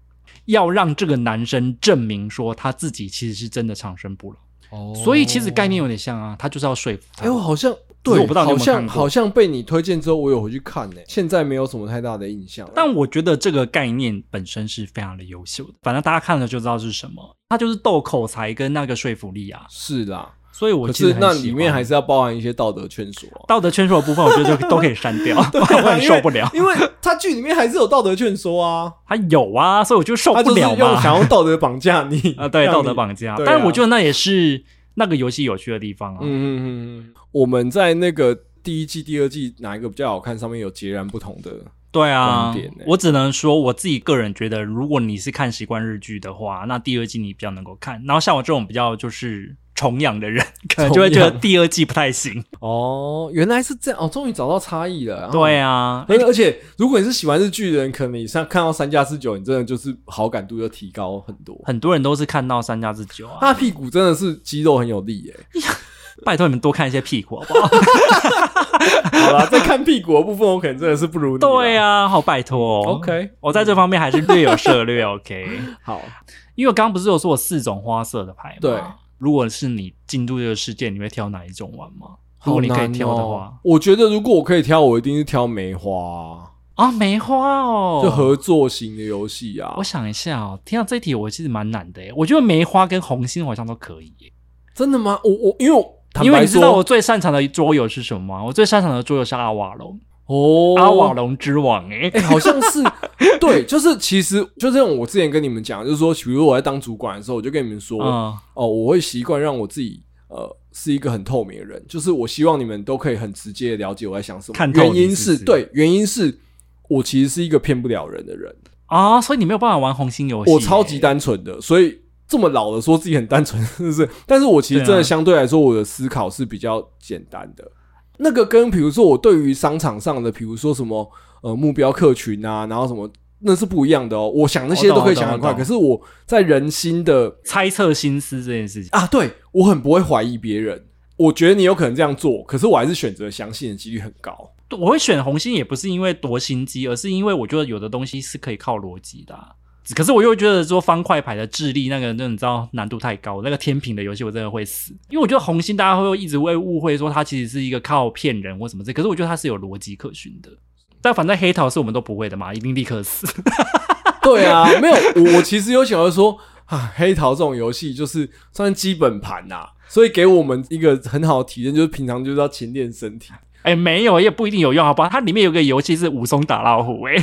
Speaker 1: 要让这个男生证明说他自己其实是真的长生不老。”
Speaker 2: 哦
Speaker 1: 所以其实概念，有点像啊，他就是要说服他。
Speaker 2: 哎、我好像
Speaker 1: 只
Speaker 2: 对，
Speaker 1: 是我不知道你有没有看
Speaker 2: 好像
Speaker 1: 过
Speaker 2: 好像被你推荐之后，我有回去看呢、现在没有什么太大的印象，
Speaker 1: 但我觉得这个概念本身是非常的优秀的，反正大家看了就知道是什么，它就是斗口才跟那个说服力啊。
Speaker 2: 是啦，
Speaker 1: 所以我
Speaker 2: 可
Speaker 1: 其实
Speaker 2: 是
Speaker 1: 很
Speaker 2: 那
Speaker 1: 喜
Speaker 2: 里面
Speaker 1: 欢
Speaker 2: 还是要包含一些道德劝说、
Speaker 1: <laughs>
Speaker 2: 啊。
Speaker 1: 道德圈说的部分，我觉得就都可以删掉，不
Speaker 2: <laughs> 对
Speaker 1: 然
Speaker 2: 啊
Speaker 1: 我很受不了。
Speaker 2: 因为因为他剧里面还是有道德劝说啊，
Speaker 1: 他有啊，所以我就受
Speaker 2: 他
Speaker 1: 不
Speaker 2: 就是
Speaker 1: 了
Speaker 2: 用想
Speaker 1: 嘛。
Speaker 2: 用道德绑架你
Speaker 1: <laughs> 啊，对，
Speaker 2: 让你
Speaker 1: 道德。绑架，
Speaker 2: 对啊
Speaker 1: 但我觉得那也是那个游戏有趣的地方啊。
Speaker 2: 嗯嗯嗯嗯，我们在那个第一季、第二季哪一个比较好看，上面有截然不同的。
Speaker 1: 对啊
Speaker 2: 观点欸，
Speaker 1: 我只能说我自己个人觉得，如果你是看习惯日剧的话，那第二季你比较能够看。然后像我这种比较就是崇洋的人，可能就会觉得
Speaker 2: 崇洋
Speaker 1: 第二季不太行。
Speaker 2: 哦，原来是这样哦，终于找到差异了。啊
Speaker 1: 对。啊，
Speaker 2: 而而且，如果你是喜欢日剧的人，可能你上看到三加四九，你真的就是好感度就提高很多。
Speaker 1: 很多人都是看到三家之久啊。
Speaker 2: 他屁股真的是肌肉很有力
Speaker 1: <laughs>
Speaker 2: 耶、
Speaker 1: 拜托你们多看一些屁股好
Speaker 2: <laughs>
Speaker 1: 不好？
Speaker 2: 啊好啦，在看屁股的部分，我可能真的是不如你啦。哦
Speaker 1: 对啊，好拜托。
Speaker 2: ，OK，
Speaker 1: 我在这方面还是略有涉略。OK，
Speaker 2: <laughs> 好，
Speaker 1: 因为我刚刚不是有说我四种花色的牌吗？
Speaker 2: 对，
Speaker 1: 如果是你进入这个世界，你会挑哪一种玩吗？如
Speaker 2: 好
Speaker 1: 果你可以
Speaker 2: 难
Speaker 1: 挑的
Speaker 2: 哦
Speaker 1: 话，
Speaker 2: 我觉得如果我可以挑，我一定是挑梅花、
Speaker 1: 啊，梅花哦，
Speaker 2: 就合作型的游戏啊
Speaker 1: 我。想一下哦，听到这一题我其实蛮难的耶，我觉得梅花跟红心我好像都可以耶，
Speaker 2: 真的吗？我我因为我坦
Speaker 1: 因为
Speaker 2: 白
Speaker 1: 你知道
Speaker 2: 说
Speaker 1: 我最擅长的桌游是什么吗？我最擅长的桌游是阿瓦隆，
Speaker 2: 哦，
Speaker 1: 阿瓦隆之王哎，
Speaker 2: 哎、好像是对，就是其实就像我之前跟你们讲，就是说，比如我在当主管的时候，我就跟你们说，
Speaker 1: 嗯，
Speaker 2: 哦，我会习惯让我自己呃是一个很透明的人，就是我希望你们都可以很直接的了解我在想什么。
Speaker 1: 看透
Speaker 2: 原
Speaker 1: 你
Speaker 2: 因
Speaker 1: 是不
Speaker 2: 是
Speaker 1: 是
Speaker 2: 对，原因是我其实是一个骗不了人的人，
Speaker 1: 啊，所以你没有办法玩红心游戏耶，
Speaker 2: 我超级单纯的，所以这么老了说自己很单纯， <laughs> 是不是？但是我其实真
Speaker 1: 对啊
Speaker 2: 的相对来说，我的思考是比较简单的。那个跟比如说我对于商场上的，比如说什么呃目标客群啊，然后什么那是不一样的哦。我想那些都可以想很快，
Speaker 1: 我懂我懂我懂
Speaker 2: 可是我在人心的
Speaker 1: 猜测心思这件事情。
Speaker 2: 啊，对我很不会怀疑别人。我觉得你有可能这样做，可是我还是选择相信的几率很高。
Speaker 1: 我会选红心也不是因为多心机，而是因为我觉得有的东西是可以靠逻辑的啊、可是我又觉得说方块牌的智力那个，那你知道难度太高，那个天平的游戏我真的会死。因为我觉得红心大家会一直会误会说它其实是一个靠骗人或什么这，可是我觉得它是有逻辑可循的。但反正黑桃是我们都不会的嘛，一定立刻死。 <laughs>
Speaker 2: <laughs> 对啊，没有我，我其实有想要说啊，黑桃这种游戏就是算是基本盘呐、所以给我们一个很好的体验，就是平常就是要勤练身体。
Speaker 1: 哎、没有也不一定有用，好吧？它里面有个游戏是武松打老虎、哎，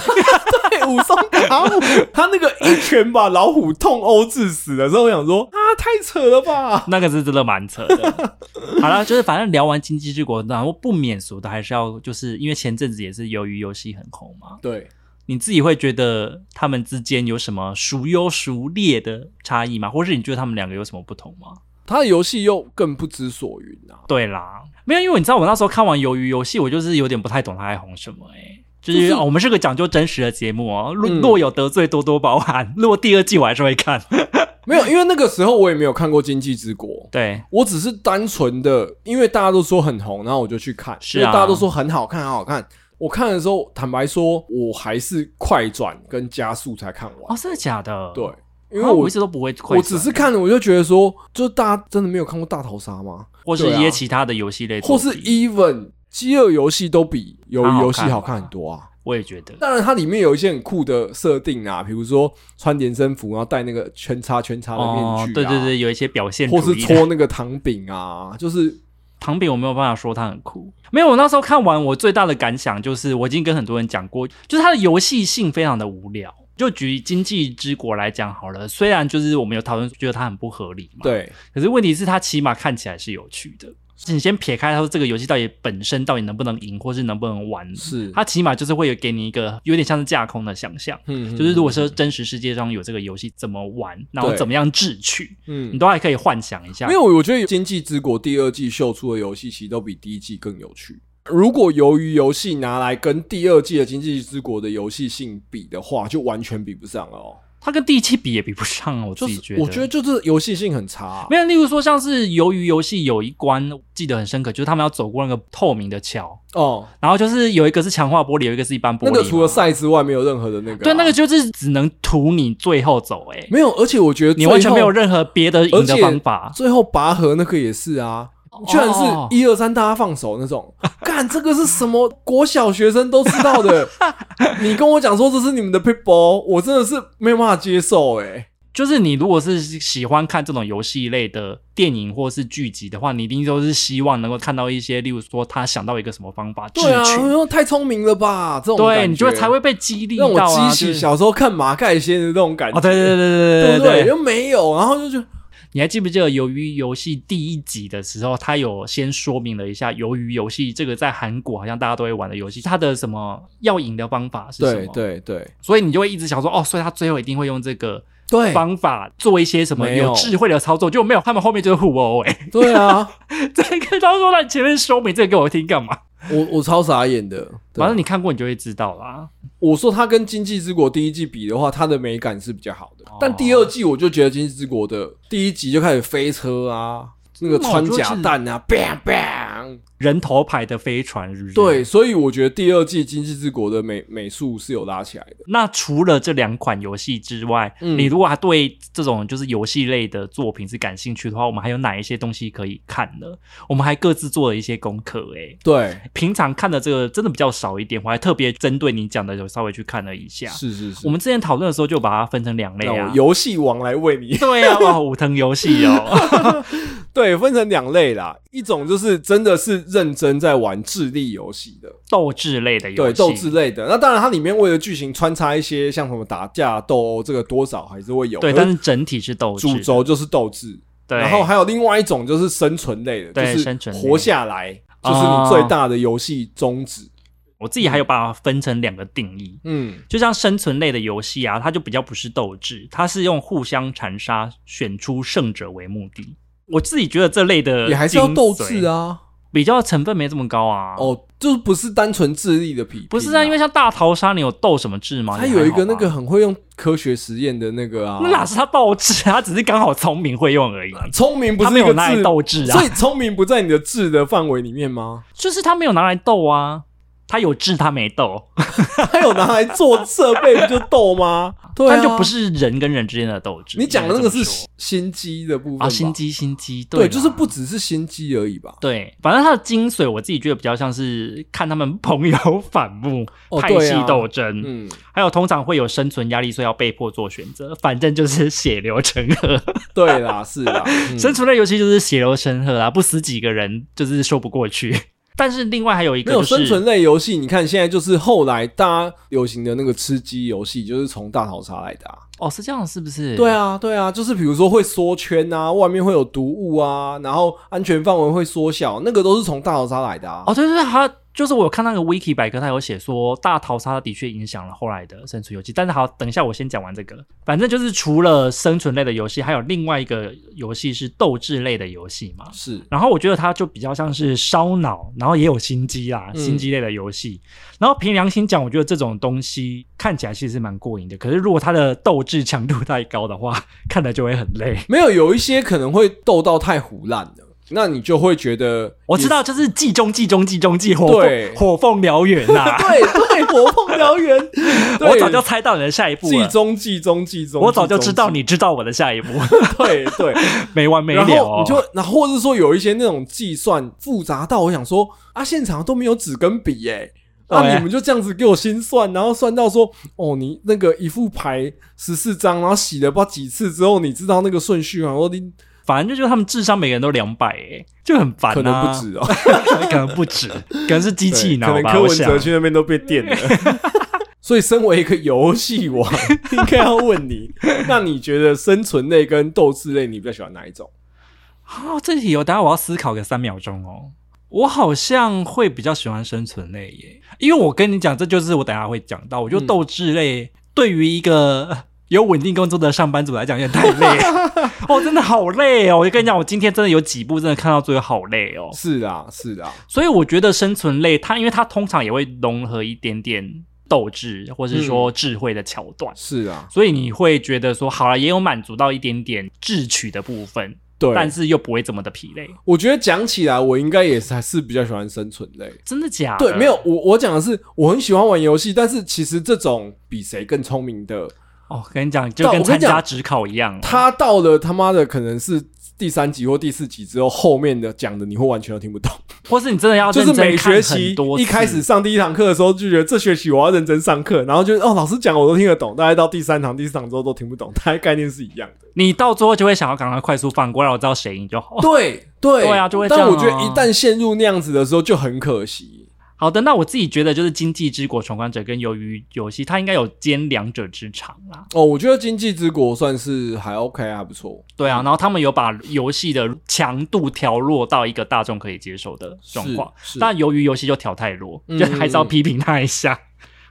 Speaker 2: 对，武松打虎，他那个一拳把老虎痛殴致死的时候，我想说啊，太扯了吧？
Speaker 1: <laughs> 那个是真的蛮扯
Speaker 2: <laughs>
Speaker 1: 的。好了，就是反正聊完《经济之国》，然后不免俗的还是要，就是因为前阵子也是鱿鱼游戏很红嘛，
Speaker 2: 对，
Speaker 1: 你自己会觉得他们之间有什么孰优孰劣的差异吗？或是你觉得他们两个有什么不同吗？
Speaker 2: 他的游戏又更不知所云啊，
Speaker 1: 对啦，没有，因为你知道我那时候看完鱿鱼游戏，我就是有点不太懂他在红什么哎、就是、
Speaker 2: 就是
Speaker 1: 哦我们是个讲究真实的节目哦，若
Speaker 2: 嗯
Speaker 1: 若有得罪多多包涵。如果第二季我还是会看，
Speaker 2: 没有，因为那个时候我也没有看过《经济之国》。
Speaker 1: 对，
Speaker 2: 我只是单纯的，因为大家都说很红，然后我就去看，
Speaker 1: 是啊
Speaker 2: 因为大家都说很好看，很好看。我看的时候，坦白说，我还是快转跟加速才看完。
Speaker 1: 哦，真的假的？
Speaker 2: 对
Speaker 1: 啊，，
Speaker 2: 因为我、
Speaker 1: 一直都不会快
Speaker 2: 我
Speaker 1: 转，
Speaker 2: 只是看了，我就觉得说，就大家真的没有看过大逃杀吗？
Speaker 1: 或是
Speaker 2: 对
Speaker 1: 一
Speaker 2: 啊
Speaker 1: 些其他的游戏类作
Speaker 2: 或
Speaker 1: 品，
Speaker 2: 是 even 饥饿游戏都比鱿
Speaker 1: 它好看
Speaker 2: 鱼游戏好看很多啊。
Speaker 1: 我也觉得，
Speaker 2: 当然，它里面有一些很酷的设定啊，比如说穿连身服，然后戴那个圈叉圈叉的面具、啊
Speaker 1: 哦，对对，对，有一些表现主
Speaker 2: 或
Speaker 1: 义的，
Speaker 2: 是搓那个糖饼啊，就是
Speaker 1: 糖饼我没有办法说它很酷。没有，我那时候看完，我最大的感想就是，我已经跟很多人讲过，就是它的游戏性非常的无聊。就举《经济之国》来讲好了，虽然就是我们有讨论觉得它很不合理嘛，，
Speaker 2: 对。
Speaker 1: 可是问题是它起码看起来是有趣的。你先撇开它说这个游戏到底本身到底能不能赢，或是能不能玩，
Speaker 2: 是
Speaker 1: 它起码就是会有给你一个有点像是架空的想象。
Speaker 2: 嗯
Speaker 1: 就是如果说真实世界中有这个游戏怎么玩，然后
Speaker 2: 对
Speaker 1: 怎么样智取，
Speaker 2: 嗯
Speaker 1: 你，都还可以幻想一下
Speaker 2: 因。为我觉得《经济之国》第二季秀出的游戏其实都比第一季更有趣。如果由于游戏拿来跟第二季的《经济之国》的游戏性比的话，就完全比不上了哦。
Speaker 1: 它跟第七比也比不上啊，我自
Speaker 2: 就
Speaker 1: 己
Speaker 2: 是
Speaker 1: 觉得。
Speaker 2: 我觉得就是游戏性很差、啊。
Speaker 1: 没有，例如说像是鱿鱼游戏有一关我记得很深刻，就是他们要走过那个透明的桥，
Speaker 2: 哦，
Speaker 1: 然后就是有一个是强化玻璃，有一个是一般玻璃
Speaker 2: 那
Speaker 1: 嘛。
Speaker 2: 个除了赛之外没有任何的那个啊、
Speaker 1: 对那个就是只能图你最后走、欸，
Speaker 2: 没有，而且我觉得
Speaker 1: 你完全没有
Speaker 2: 最后
Speaker 1: 任何别的赢
Speaker 2: 而
Speaker 1: 的
Speaker 2: 且
Speaker 1: 方法。
Speaker 2: 最后拔河那个也是啊。居然是
Speaker 1: 哦
Speaker 2: 一二三，大家放手那种， <laughs> 干这个是什么？国小学生都知
Speaker 1: <laughs>
Speaker 2: 道的。你跟我讲说这是你们的 people，我真的是没有办法接受哎、
Speaker 1: 就是你如果是喜欢看这种游戏类的电影或是剧集的话，你一定都是希望能够看到一些，例如说他想到一个什么方法智
Speaker 2: 对啊，
Speaker 1: 取，
Speaker 2: 因为太聪明了吧？这种感
Speaker 1: 对
Speaker 2: 觉
Speaker 1: 你就会才会被激励到
Speaker 2: 让我
Speaker 1: 啊。
Speaker 2: 激
Speaker 1: 就
Speaker 2: 起
Speaker 1: 是
Speaker 2: 小时候看马盖先的那种感觉。
Speaker 1: 哦，对对对对对
Speaker 2: 对不
Speaker 1: 对
Speaker 2: 又没有，然后就觉得
Speaker 1: 你还记不记得《鱿鱼游戏》第一集的时候，它有先说明了一下《鱿鱼游戏》这个在韩国好像大家都会玩的游戏，它的什么要赢的方法是什
Speaker 2: 对
Speaker 1: 么？，
Speaker 2: 对对
Speaker 1: 所以你就会一直想说，哦，所以他最后一定会用这个
Speaker 2: 对
Speaker 1: 方法做一些什么
Speaker 2: 没有
Speaker 1: 有智慧的操作，就没有他们后面就是互殴哎、欸
Speaker 2: 对啊，
Speaker 1: 这个到时 <laughs> 候在前面说明这个给我听干嘛？
Speaker 2: 我 <laughs> 我超傻眼的。对
Speaker 1: 反
Speaker 2: 啊
Speaker 1: 正你看过你就会知道啦。
Speaker 2: 我说它跟《经济之国》第一季比的话，它的美感是比较好的，
Speaker 1: 哦
Speaker 2: 但第二季我就觉得《经济之国》的第一集就开始飞车啊，那个
Speaker 1: 那我
Speaker 2: 穿
Speaker 1: 就是
Speaker 2: 甲弹啊，bang bang。
Speaker 1: 人头牌的飞船是不是？
Speaker 2: 对，。所以我觉得第二季《经济之国》的美美术是有拉起来的。
Speaker 1: 那除了这两款游戏之外，
Speaker 2: 嗯
Speaker 1: 你如果还对这种就是游戏类的作品是感兴趣的话，我们还有哪一些东西可以看呢？我们还各自做了一些功课诶、 <laughs>
Speaker 2: 对，
Speaker 1: 平常看的这个真的比较少一点，我还特别针对你讲的有稍微去看了一下。
Speaker 2: 是哦是是
Speaker 1: 我。们之前讨论的时候就把它分成两类
Speaker 2: 让
Speaker 1: 啊
Speaker 2: 我，游戏王来为你 <laughs>
Speaker 1: 对啊，哇，武藤游戏哦， <laughs>
Speaker 2: 对，分成两类啦，一种就是真的是认真在玩智力游戏的，
Speaker 1: 斗智类的游
Speaker 2: 对
Speaker 1: 戏，
Speaker 2: 斗智类的。那当然，它里面为了剧情穿插一些像什么打架、斗殴，这个多少还是会有。
Speaker 1: 对，
Speaker 2: 可
Speaker 1: 但
Speaker 2: 是
Speaker 1: 是整体是斗智
Speaker 2: 主
Speaker 1: 的，
Speaker 2: 轴就是斗志。
Speaker 1: 对，
Speaker 2: 然后还有另外一种就是生存类的，
Speaker 1: 对
Speaker 2: 就
Speaker 1: 生存
Speaker 2: 是
Speaker 1: 类
Speaker 2: 活下来，
Speaker 1: 哦
Speaker 2: 就是你最大的游戏宗旨。
Speaker 1: 我自己还有把它分成两个定义，
Speaker 2: 嗯，
Speaker 1: 就像生存类的游戏啊，它就比较不是斗智，它是用互相残杀选出胜者为目的。我自己觉得这类的
Speaker 2: 也还是要斗
Speaker 1: 精
Speaker 2: 志
Speaker 1: 髓，
Speaker 2: 啊。
Speaker 1: 比较成分没这么高啊。
Speaker 2: 哦，就是不是单纯智力的匹拼、
Speaker 1: 不是啊，因为像大逃杀，你有斗什么智吗？
Speaker 2: 他
Speaker 1: 你
Speaker 2: 有
Speaker 1: 还
Speaker 2: 一
Speaker 1: 好
Speaker 2: 个那
Speaker 1: 吧
Speaker 2: 个，很会用科学实验的那个啊，
Speaker 1: 那哪是他斗智，他只是刚好聪明会用而已，
Speaker 2: 聪啊明不
Speaker 1: 他
Speaker 2: 是
Speaker 1: 没
Speaker 2: 一
Speaker 1: 有
Speaker 2: 个
Speaker 1: 拿来
Speaker 2: 智，
Speaker 1: 斗智啊
Speaker 2: 所，以聪明不在你的智的范围里面吗？
Speaker 1: 就是他没有拿来斗啊，他有智他没斗，
Speaker 2: 他有拿
Speaker 1: <laughs>
Speaker 2: 来做设备不就逗吗？对、啊，
Speaker 1: 但就不是人跟人之间的斗智。
Speaker 2: 你讲的那个是
Speaker 1: 应该这么说
Speaker 2: 心机的部分吧
Speaker 1: 啊，心，机心机，
Speaker 2: 对，
Speaker 1: 啦
Speaker 2: 就是不只是心机而已吧。
Speaker 1: 对，反正它的精髓，我自己觉得比较像是看他们 <laughs> 朋友反目、
Speaker 2: 哦
Speaker 1: 派
Speaker 2: 对
Speaker 1: 系
Speaker 2: 啊
Speaker 1: 斗争，
Speaker 2: 嗯，
Speaker 1: 还有通常会有生存压力，所以要被迫做选择。反正就是 <laughs> 血流成河，
Speaker 2: <laughs> 对啦，是啦，嗯
Speaker 1: 生存类游戏就是血流成河啊，不死几个人就是说不过去。 <laughs> 但是另外还有一个
Speaker 2: <laughs> 没有
Speaker 1: 就
Speaker 2: 生存
Speaker 1: 是，
Speaker 2: 类游戏，你看现在就是后来大家流行的那个吃鸡游戏，就是从大逃杀来的、啊。
Speaker 1: 哦，是这样是不是？
Speaker 2: 对啊，对啊，就是比如说会缩圈啊，外面会有毒物啊，然后安全范围会缩小，那个都是从大逃杀来的啊。
Speaker 1: 哦，对对对，它就是我有看那个 wiki 百科，它有写说大逃杀的确影响了后来的生存游戏。但是好，等一下我先讲完这个。反正就是除了生存类的游戏，还有另外一个游戏是斗智类的游戏嘛。
Speaker 2: 是，
Speaker 1: 然后我觉得它就比较像是烧脑，然后也有心机啦，
Speaker 2: 嗯
Speaker 1: 心机类的游戏。然后凭良心讲，我觉得这种东西看起来其实是蛮过瘾的。可是如果它的斗志强度太高的话，看了就会很累。
Speaker 2: 没有有一些可能会斗到太胡烂了，那你就会觉得 <laughs>
Speaker 1: 我知道，就是计中计中计中计，火凤
Speaker 2: 对
Speaker 1: 火凤燎原啊呐、
Speaker 2: 对对，火凤燎原， <laughs> 对
Speaker 1: 我早就猜到你的下一步
Speaker 2: 计
Speaker 1: 了，
Speaker 2: 中计中计中，
Speaker 1: 我早就
Speaker 2: 计中
Speaker 1: 知道你知道我的下一
Speaker 2: <laughs>
Speaker 1: 步，
Speaker 2: 对对，
Speaker 1: 没完没了、
Speaker 2: 然后
Speaker 1: 哦。
Speaker 2: 你就然后或者说有一些那种计算复杂到我想说啊，现场都没有纸跟笔耶、那、
Speaker 1: 对
Speaker 2: 你们就这样子给我心算，然后算到说，哦，你那个一副牌十四张，然后洗了不知道几次之后，你知道那个顺序吗？我你
Speaker 1: 反正就觉得他们智商每个人都两百，哎，就很烦、啊，
Speaker 2: 可能不，止哦、
Speaker 1: <laughs> 可能不止，可能是机器
Speaker 2: 对
Speaker 1: 脑
Speaker 2: 可能
Speaker 1: 吧，
Speaker 2: 柯
Speaker 1: 我
Speaker 2: 文
Speaker 1: 想
Speaker 2: 哲去那边都
Speaker 1: <laughs>
Speaker 2: 被电了。所以，身为一个游戏王， <laughs> 应该要问你，那你觉得生存类跟斗智类，你比较喜欢哪一种？
Speaker 1: 哦，这题有、等下我要思考个三秒钟哦。我好像会比较喜欢生存类耶，因为我跟你讲，这就是我等下会讲到。我觉得
Speaker 2: 嗯
Speaker 1: 斗志类对于一个 <laughs> 呃有稳定工作的上班族来讲，有点太累
Speaker 2: <laughs>
Speaker 1: 了。哦，真的好累哦！我就跟你讲，我今天真的有几部真的看到最后好累哦。
Speaker 2: 是啦，是啊啦，
Speaker 1: 所以我觉得生存类，它因为它通常也会融合一点点斗志，或是
Speaker 2: 嗯
Speaker 1: 说智慧的桥段，
Speaker 2: 是啊啦，
Speaker 1: 所以你会觉得说，好了，也有满足到一点点智取的部分，
Speaker 2: 对。
Speaker 1: 但是又不会这么的疲累。
Speaker 2: 我觉得讲起来，我应该也是还是比较喜欢生存类。
Speaker 1: 真的假的？
Speaker 2: 对，没有我我讲的是我很喜欢玩游戏，但是其实这种比谁更聪明的，
Speaker 1: 哦，跟你讲，就
Speaker 2: 但
Speaker 1: 跟
Speaker 2: 我
Speaker 1: 参
Speaker 2: 跟你讲
Speaker 1: 加职考一样，啊哦
Speaker 2: 他到了他妈的可能是第三集或第四集之后，后面的讲的你会完全都听不懂。
Speaker 1: 或是你真的要
Speaker 2: 就
Speaker 1: 认
Speaker 2: 是
Speaker 1: 真
Speaker 2: 每
Speaker 1: 看
Speaker 2: 学
Speaker 1: 很
Speaker 2: 期
Speaker 1: 多
Speaker 2: 一开
Speaker 1: 次
Speaker 2: 始上第一堂课的时候，就觉得这学期我要认真上课，然后就哦老师讲我都听得懂，大概到第三堂、第四堂之后都听不懂，大概概念是一样的。
Speaker 1: 你到最后就会想要赶快快速放过，让我知道谁赢就好。
Speaker 2: 对对
Speaker 1: <laughs> 对啊就会这样
Speaker 2: 但
Speaker 1: 啊
Speaker 2: 我觉得一旦陷入那样子的时候，就很可惜。
Speaker 1: 好的，那我自己觉得就是《经济之国》《闯关者》跟《鱿鱼游戏》，它应该有兼两者之长啦。
Speaker 2: 哦，我觉得《经济之国》算是还 OK，还不错。
Speaker 1: 对啊，然后他们有把游戏的强度调弱到一个大众可以接受的状况，
Speaker 2: 是是
Speaker 1: 但《鱿鱼游戏》就调太弱，
Speaker 2: 嗯
Speaker 1: 就还是要批评它一下。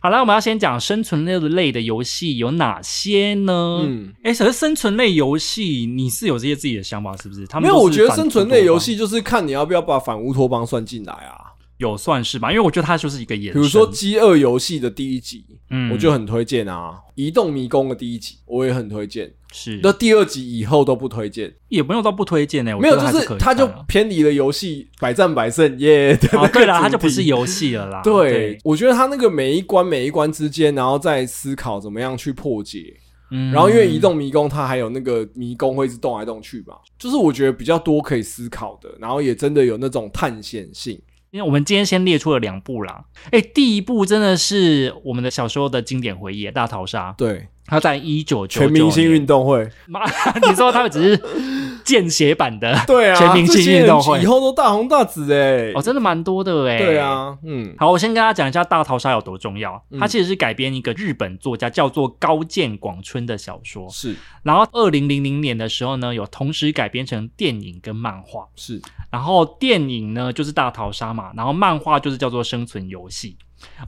Speaker 1: 好了，我们要先讲生存类的类的游戏有哪些呢？
Speaker 2: 嗯，
Speaker 1: 哎，可是生存类游戏，你是有这些自己的想法，是不是？他
Speaker 2: 没
Speaker 1: 们
Speaker 2: 有，
Speaker 1: 都是
Speaker 2: 我觉得
Speaker 1: 反
Speaker 2: 生存
Speaker 1: 乌托
Speaker 2: 类游
Speaker 1: 邦
Speaker 2: 戏就是看你要不要把反乌托邦算进来啊。
Speaker 1: 有算是吧，因为我觉得它就是一个延
Speaker 2: 比
Speaker 1: 伸。
Speaker 2: 如说《饥饿游戏》的第一集，
Speaker 1: 嗯，
Speaker 2: 我就很推荐啊，《移动迷宫》的第一集我也很推荐，
Speaker 1: 是
Speaker 2: 那第二集以后都不推荐。
Speaker 1: 也没有到不推荐欸呢、我
Speaker 2: 没有，
Speaker 1: 觉得
Speaker 2: 就
Speaker 1: 还
Speaker 2: 是
Speaker 1: 可以
Speaker 2: 它就 <laughs>
Speaker 1: 看啊
Speaker 2: 偏离了游戏百战百胜耶的那
Speaker 1: 哦，
Speaker 2: 个
Speaker 1: 对啦，
Speaker 2: 主
Speaker 1: 它就不
Speaker 2: 题
Speaker 1: 是。游戏啊了啦。
Speaker 2: 对，，我觉得它那个每一关每一关之间，然后再思考怎么样去破解。
Speaker 1: 嗯
Speaker 2: 然后因为移动迷宫，它还有那个迷宫会一直动来动去嘛，就是我觉得比较多可以思考的，然后也真的有那种探险性。
Speaker 1: 因为我们今天先列出了两部啦，哎，第一部真的是我们的小时候的经典回忆，《大逃杀》，
Speaker 2: 对，
Speaker 1: 它在一九九
Speaker 2: 全明星运
Speaker 1: 动，
Speaker 2: 动会，
Speaker 1: 妈， <laughs> 你说他们只是间歇版的，
Speaker 2: 对啊，
Speaker 1: 全明星运动
Speaker 2: 这些
Speaker 1: 会
Speaker 2: 人以，后都大红大紫哎、
Speaker 1: 哦，真的蛮多的哎、
Speaker 2: 对。啊，嗯，
Speaker 1: 好，我先跟大家讲一下《大逃杀》有多重要。
Speaker 2: 嗯
Speaker 1: 它其实是改编一个日本作家叫做高见广春的小说，
Speaker 2: 是
Speaker 1: 然后二零零零年的时候呢，有同时改编成电影跟漫画。
Speaker 2: 是，
Speaker 1: 然后电影呢就是《大逃杀》嘛，然后漫画就是叫做《生存游戏》。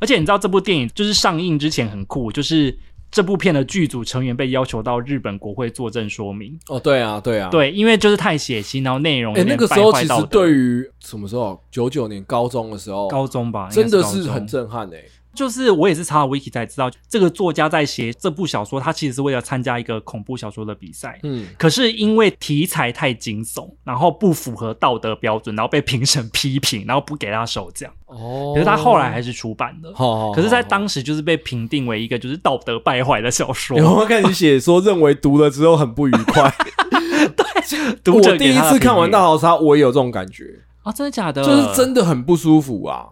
Speaker 1: 而且你知道这部电影就是上映之前很酷，就是这部片的剧组成员被要求到日本国会作证说明。
Speaker 2: 哦，对啊，对啊，。
Speaker 1: 对，因为就是太血腥，然后内容
Speaker 2: 哎、
Speaker 1: 有
Speaker 2: 那
Speaker 1: 点
Speaker 2: 个时
Speaker 1: 败
Speaker 2: 候
Speaker 1: 坏
Speaker 2: 其
Speaker 1: 道
Speaker 2: 实
Speaker 1: 德
Speaker 2: 对于什么时候？九九年高中的时候，
Speaker 1: 高中吧，应
Speaker 2: 真
Speaker 1: 该
Speaker 2: 的
Speaker 1: 高
Speaker 2: 是
Speaker 1: 中
Speaker 2: 很震撼哎、
Speaker 1: 就是我也是查了 wiki 才知道，这个作家在写这部小说，他其实是为了参加一个恐怖小说的比赛。
Speaker 2: 嗯，
Speaker 1: 可是因为题材太惊悚，然后不符合道德标准，然后被评审批评，然后不给他首奖。
Speaker 2: 哦
Speaker 1: 可是他后来还是出版的。
Speaker 2: 好好
Speaker 1: 可是，在当时就是被评定为一个就是道德败坏的小说。 <laughs>
Speaker 2: 有开始写说认为读了之后很不愉快。
Speaker 1: 读者
Speaker 2: 我第
Speaker 1: 给
Speaker 2: 一
Speaker 1: 他的
Speaker 2: 次看完
Speaker 1: 评
Speaker 2: 《大
Speaker 1: 语
Speaker 2: 逃杀》，我也有这种感觉，
Speaker 1: 啊，真的假的？
Speaker 2: 就是真的很不舒服啊。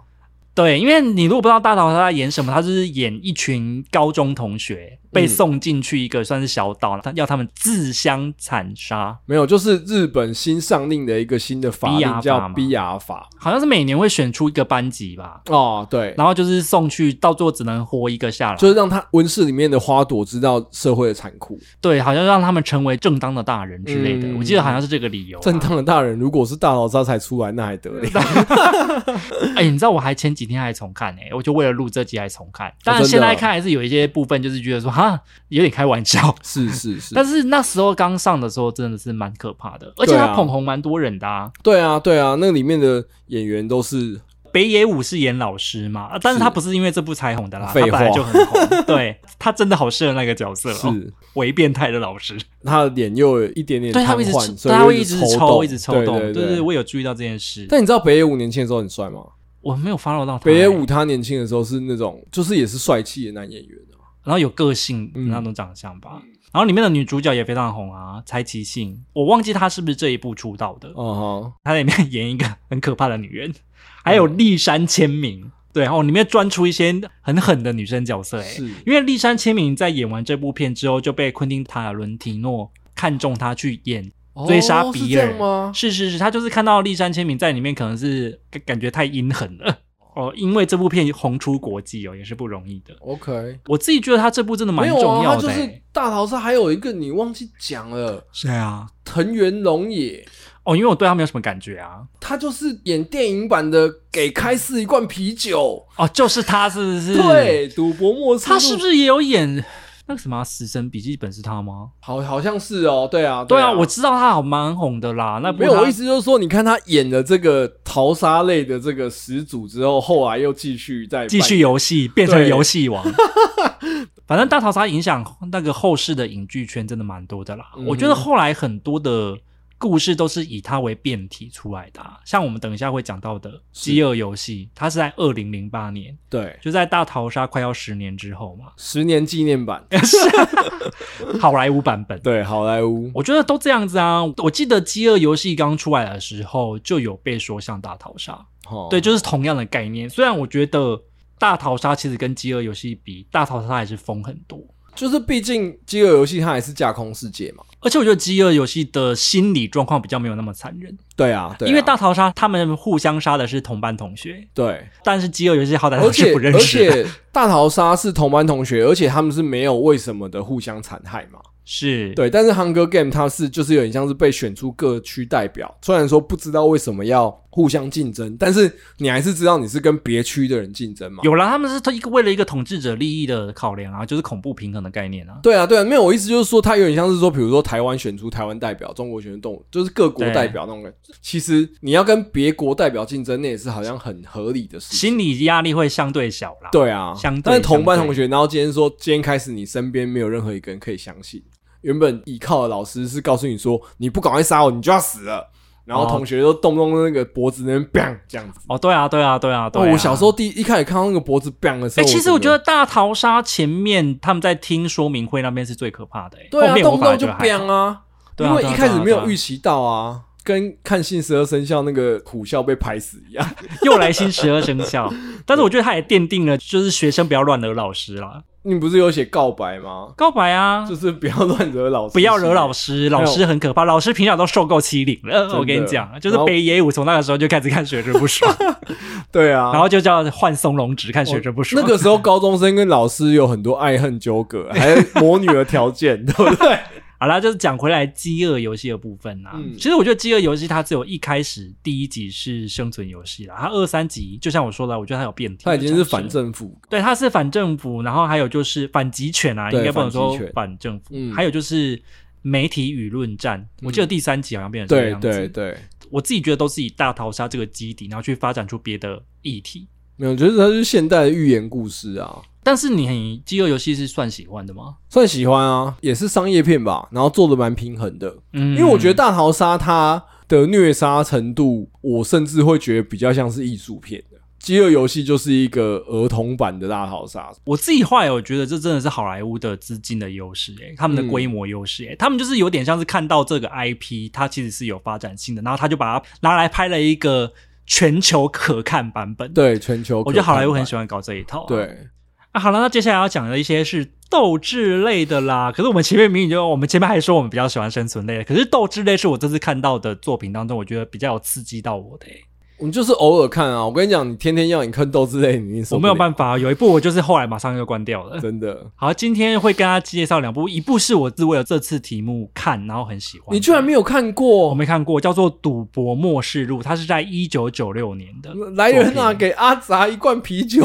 Speaker 1: 对，因为你如果不知道大逃杀在演什么，他就是演一群高中同学被
Speaker 2: 嗯
Speaker 1: 送进去一个算是小岛，他要他们自相残杀。
Speaker 2: 没有，就是日本新上令的一个新的法
Speaker 1: BR
Speaker 2: 令叫
Speaker 1: 法吗
Speaker 2: BR 法
Speaker 1: 好像是每年会选出一个班级吧，
Speaker 2: 哦，对，
Speaker 1: 然后就是送去，到最后只能活一个下来。
Speaker 2: 就是让他温室里面的花朵知道社会的残酷。
Speaker 1: 对，好像让他们成为正当的大人之类的。
Speaker 2: 嗯
Speaker 1: 我记得好像是这个理由啊。
Speaker 2: 正当的大人如果是大逃杀才出来，那还得
Speaker 1: <laughs>
Speaker 2: 了？ <laughs>
Speaker 1: 哎、你知道我还前几天还重看呢、欸我就为了录这集还重看。当然
Speaker 2: 哦真的啊
Speaker 1: 现在看还是有一些部分就是觉得说哈有点开玩笑，
Speaker 2: 是是
Speaker 1: <laughs>
Speaker 2: 是，
Speaker 1: 但是那时候刚上的时候真的是蛮可怕的，而且
Speaker 2: 对
Speaker 1: 他
Speaker 2: 啊
Speaker 1: 捧红蛮多人的啊。
Speaker 2: 对啊对啊，那里面的演员都是
Speaker 1: 北野武是演老师嘛，啊但是
Speaker 2: 是
Speaker 1: 他不是因为这部才红的啦，他
Speaker 2: 废
Speaker 1: 本
Speaker 2: 话
Speaker 1: 来就很红。对他真的好适合那个角色哦，
Speaker 2: 是。
Speaker 1: <laughs> 伪变态的老师。
Speaker 2: 他的脸又有一点点
Speaker 1: 对他
Speaker 2: 瘫
Speaker 1: 会一直
Speaker 2: 痪，
Speaker 1: 抽，
Speaker 2: 所以
Speaker 1: 他
Speaker 2: 会
Speaker 1: 会一直
Speaker 2: 抽
Speaker 1: 抽，一直抽动。
Speaker 2: 对
Speaker 1: 对
Speaker 2: 对。
Speaker 1: 我有哎注意到这件事，
Speaker 2: 但你知道北野武年轻的时候很帅吗？
Speaker 1: 我没有 follow 到他、
Speaker 2: 北野武
Speaker 1: 欸
Speaker 2: 他年轻的时候是那种，就是也是帅气的男演员啊
Speaker 1: 然后有个性的
Speaker 2: 嗯
Speaker 1: 那种长相吧。然后里面的女主角也非常红啊，柴崎幸，我忘记她是不是这一部出道的。
Speaker 2: 哦
Speaker 1: 她在里面演一个很可怕的女
Speaker 2: <laughs>
Speaker 1: 人，还有
Speaker 2: 嗯
Speaker 1: 立山千明，对，然后里面钻出一些很狠的女生角色、
Speaker 2: 哈，
Speaker 1: 欸，
Speaker 2: 是
Speaker 1: 因为立山千明在演完这部片之后，就被昆汀塔伦提诺看中他去演。追杀
Speaker 2: 哦是
Speaker 1: 比
Speaker 2: 这
Speaker 1: 尔、
Speaker 2: 样吗？
Speaker 1: 是是是，他就是看到立山千明在里面，可能是感感觉太阴狠了。哦，因为这部片红出国际哦，也是不容易的。
Speaker 2: OK，
Speaker 1: 我自己觉得他这部真的蛮
Speaker 2: 没
Speaker 1: 重
Speaker 2: 有啊，
Speaker 1: 要
Speaker 2: 他
Speaker 1: 的、
Speaker 2: 就
Speaker 1: 欸。
Speaker 2: 是大逃杀，还有一个你忘记讲了，
Speaker 1: 谁啊？
Speaker 2: 藤原龙也，
Speaker 1: 哦，因为我对他没有什么感觉啊。
Speaker 2: 他就是演电影版的给开司一罐啤酒，
Speaker 1: 哦，就是他是不是？，
Speaker 2: 对，赌博末世录，
Speaker 1: 他是不是也有演那个什么啊《死神笔记本》是他吗？
Speaker 2: 好好像是哦，对啊，
Speaker 1: 对
Speaker 2: 啊，
Speaker 1: 啊，我知道他好蛮红的啦。那部
Speaker 2: 没有，
Speaker 1: 他
Speaker 2: 我意思就是说，你看他演了这个淘沙类的这个始祖之后，后来又继续再
Speaker 1: 继续游戏，变成游戏王。 <laughs> 反正大逃杀影响那个后世的影剧圈真的蛮多的啦。
Speaker 2: 嗯哼
Speaker 1: 我觉得后来很多的故事都是以它为变体出来的啊、像我们等一下会讲到的《饥饿游戏》，它是在二零零八年，
Speaker 2: 对
Speaker 1: 就在大逃杀快要十年之后嘛，
Speaker 2: 十年纪念版，
Speaker 1: <laughs> 好莱坞版本。
Speaker 2: 对好莱坞，
Speaker 1: 我觉得都这样子啊！我记得《饥饿游戏》刚出来的时候，就有被说像大逃杀，
Speaker 2: 哦
Speaker 1: 对，就是同样的概念。虽然我觉得大逃杀其实跟饥饿游戏比，大逃杀还是疯很多。
Speaker 2: 就是毕竟饥饿游戏它还是架空世界嘛，
Speaker 1: 而且我觉得饥饿游戏的心理状况比较没有那么残忍，
Speaker 2: 对啊，对啊
Speaker 1: 因为大逃杀他们互相杀的是同班同学，
Speaker 2: 对，
Speaker 1: 但是饥饿游戏好歹
Speaker 2: 而
Speaker 1: 他
Speaker 2: 且
Speaker 1: 是不认
Speaker 2: 而
Speaker 1: 识的，
Speaker 2: 且大逃杀是同班同学，而且他们是没有为什么的互相残害嘛，
Speaker 1: 是，
Speaker 2: 对，但是 Hunger Game 它是就是有点像是被选出各区代表，虽然说不知道为什么要互相竞争，但是你还是知道你是跟别区的人竞争嘛，
Speaker 1: 有啦，他们是一个为了一个统治者利益的考量啊，就是恐怖平衡的概念啊，
Speaker 2: 对啊，对啊，没有，我意思就是说，它有点像是说，比如说台湾选出台湾代表，中国选出动物，就是各国
Speaker 1: 对
Speaker 2: 代表那种感觉。其实你要跟别国代表竞争，那也是好像很合理的事情。
Speaker 1: 心理压力会相对小啦。，
Speaker 2: 对啊，
Speaker 1: 相对
Speaker 2: 但是同班
Speaker 1: 相对
Speaker 2: 同学，然后今天说，今天开始你身边没有任何一个人可以相信，原本倚靠的老师是告诉你说，你不赶快杀我，你就要死了。然后
Speaker 1: 哦
Speaker 2: 同学都动不动那个脖子那边 bang 这样子。
Speaker 1: 哦，对啊，对啊，对啊，对
Speaker 2: 哦
Speaker 1: 啊
Speaker 2: 我小时候第一一开始看到那个脖子 bang 的时
Speaker 1: 哎、
Speaker 2: 候，
Speaker 1: 其实
Speaker 2: 我
Speaker 1: 我
Speaker 2: 真
Speaker 1: 觉
Speaker 2: 的
Speaker 1: 得大逃杀前面他们在听说明会那边是最可怕的、欸，
Speaker 2: 对
Speaker 1: 后
Speaker 2: 啊，
Speaker 1: 面
Speaker 2: 动
Speaker 1: 我
Speaker 2: 不
Speaker 1: 反而
Speaker 2: 动就
Speaker 1: 觉得还好
Speaker 2: bang 啊，
Speaker 1: 对啊
Speaker 2: 因为
Speaker 1: 对
Speaker 2: 一
Speaker 1: 啊
Speaker 2: 开始
Speaker 1: 对啊
Speaker 2: 没有
Speaker 1: 对啊
Speaker 2: 预期到啊，跟看信十二生肖那个苦笑被拍死一样。
Speaker 1: 又来新十二生
Speaker 2: <laughs>
Speaker 1: 肖，但是我觉得他也奠定了就是学生不要乱惹老师啦，
Speaker 2: 你不是有写告白吗？
Speaker 1: 告白啊
Speaker 2: 就，是不要乱惹老师，
Speaker 1: 不要惹老
Speaker 2: 师。
Speaker 1: 师，老师很可怕，老师平常都受够欺凌
Speaker 2: <laughs> 真的
Speaker 1: 了。我跟你讲，就是
Speaker 2: 然后
Speaker 1: 北野武从那个时候就开始看学生不爽，
Speaker 2: <laughs> 对啊，
Speaker 1: 然后就叫换松隆直看学生不爽。
Speaker 2: 哦那个时候高中生跟老师有很多爱恨纠葛，还有魔女的条件，对不对？ <laughs>
Speaker 1: 好啦，就是讲回来饥饿游戏的部分啦。
Speaker 2: 嗯
Speaker 1: 其实我觉得饥饿游戏它只有一开始第一集是生存游戏啦，它二三集就像我说的，我觉得它有变体的
Speaker 2: 他
Speaker 1: 产
Speaker 2: 已
Speaker 1: 生，
Speaker 2: 经是反政府，
Speaker 1: 对，它是反政府，然后还有就是反集权啊，
Speaker 2: 对
Speaker 1: 应该不能说
Speaker 2: 反集权
Speaker 1: 反政府，
Speaker 2: 嗯
Speaker 1: 还有就是媒体舆论战。我记得第三集好像变成这个
Speaker 2: 对
Speaker 1: 样子。
Speaker 2: 对对，
Speaker 1: 我自己觉得都是以大逃杀这个基底，然后去发展出别的议题。
Speaker 2: 没有，我觉得它是现代的寓言故事啊，
Speaker 1: 但是你很饥饿游戏是算喜欢的吗？
Speaker 2: 算喜欢啊，也是商业片吧，然后做的蛮平衡的，
Speaker 1: 嗯，
Speaker 2: 因为我觉得大逃杀它的虐杀程度，我甚至会觉得比较像是艺术片的。饥饿游戏就是一个儿童版的大逃杀，
Speaker 1: 我自己后来我觉得这真的是好莱坞的资金的优势、欸，他们
Speaker 2: 嗯
Speaker 1: 的规模优势、欸，他们就是有点像是看到这个 IP，它其实是有发展性的，然后他就把它拿来拍了一个全球可看版本。，
Speaker 2: 对全球可
Speaker 1: 我
Speaker 2: 看版。
Speaker 1: 觉得好莱坞很喜欢搞这一套、啊。
Speaker 2: 对，
Speaker 1: 啊，好了，那接下来要讲的一些是斗智类的啦。可是我们前面明明就，我们前面还说我们比较喜欢生存类的，可是斗智类是我这次看到的作品当中，我觉得比较有刺激到我的欸、
Speaker 2: 我们就是偶尔看啊。我跟你讲，你天天要你看斗之类，你
Speaker 1: 我没有
Speaker 2: 法，
Speaker 1: 办法，有一部我就是后来马上就关掉了。
Speaker 2: 真的。
Speaker 1: 好，今天会跟大家介绍两部，一部是我是为了这次题目看，然后很喜欢。
Speaker 2: 你居然没有看
Speaker 1: 我
Speaker 2: 过？
Speaker 1: 没看过，叫做《赌博末世录》，它是在一九九六年的。
Speaker 2: 来人啊，
Speaker 1: 作品
Speaker 2: 给阿杂一罐
Speaker 1: <laughs>
Speaker 2: 啤酒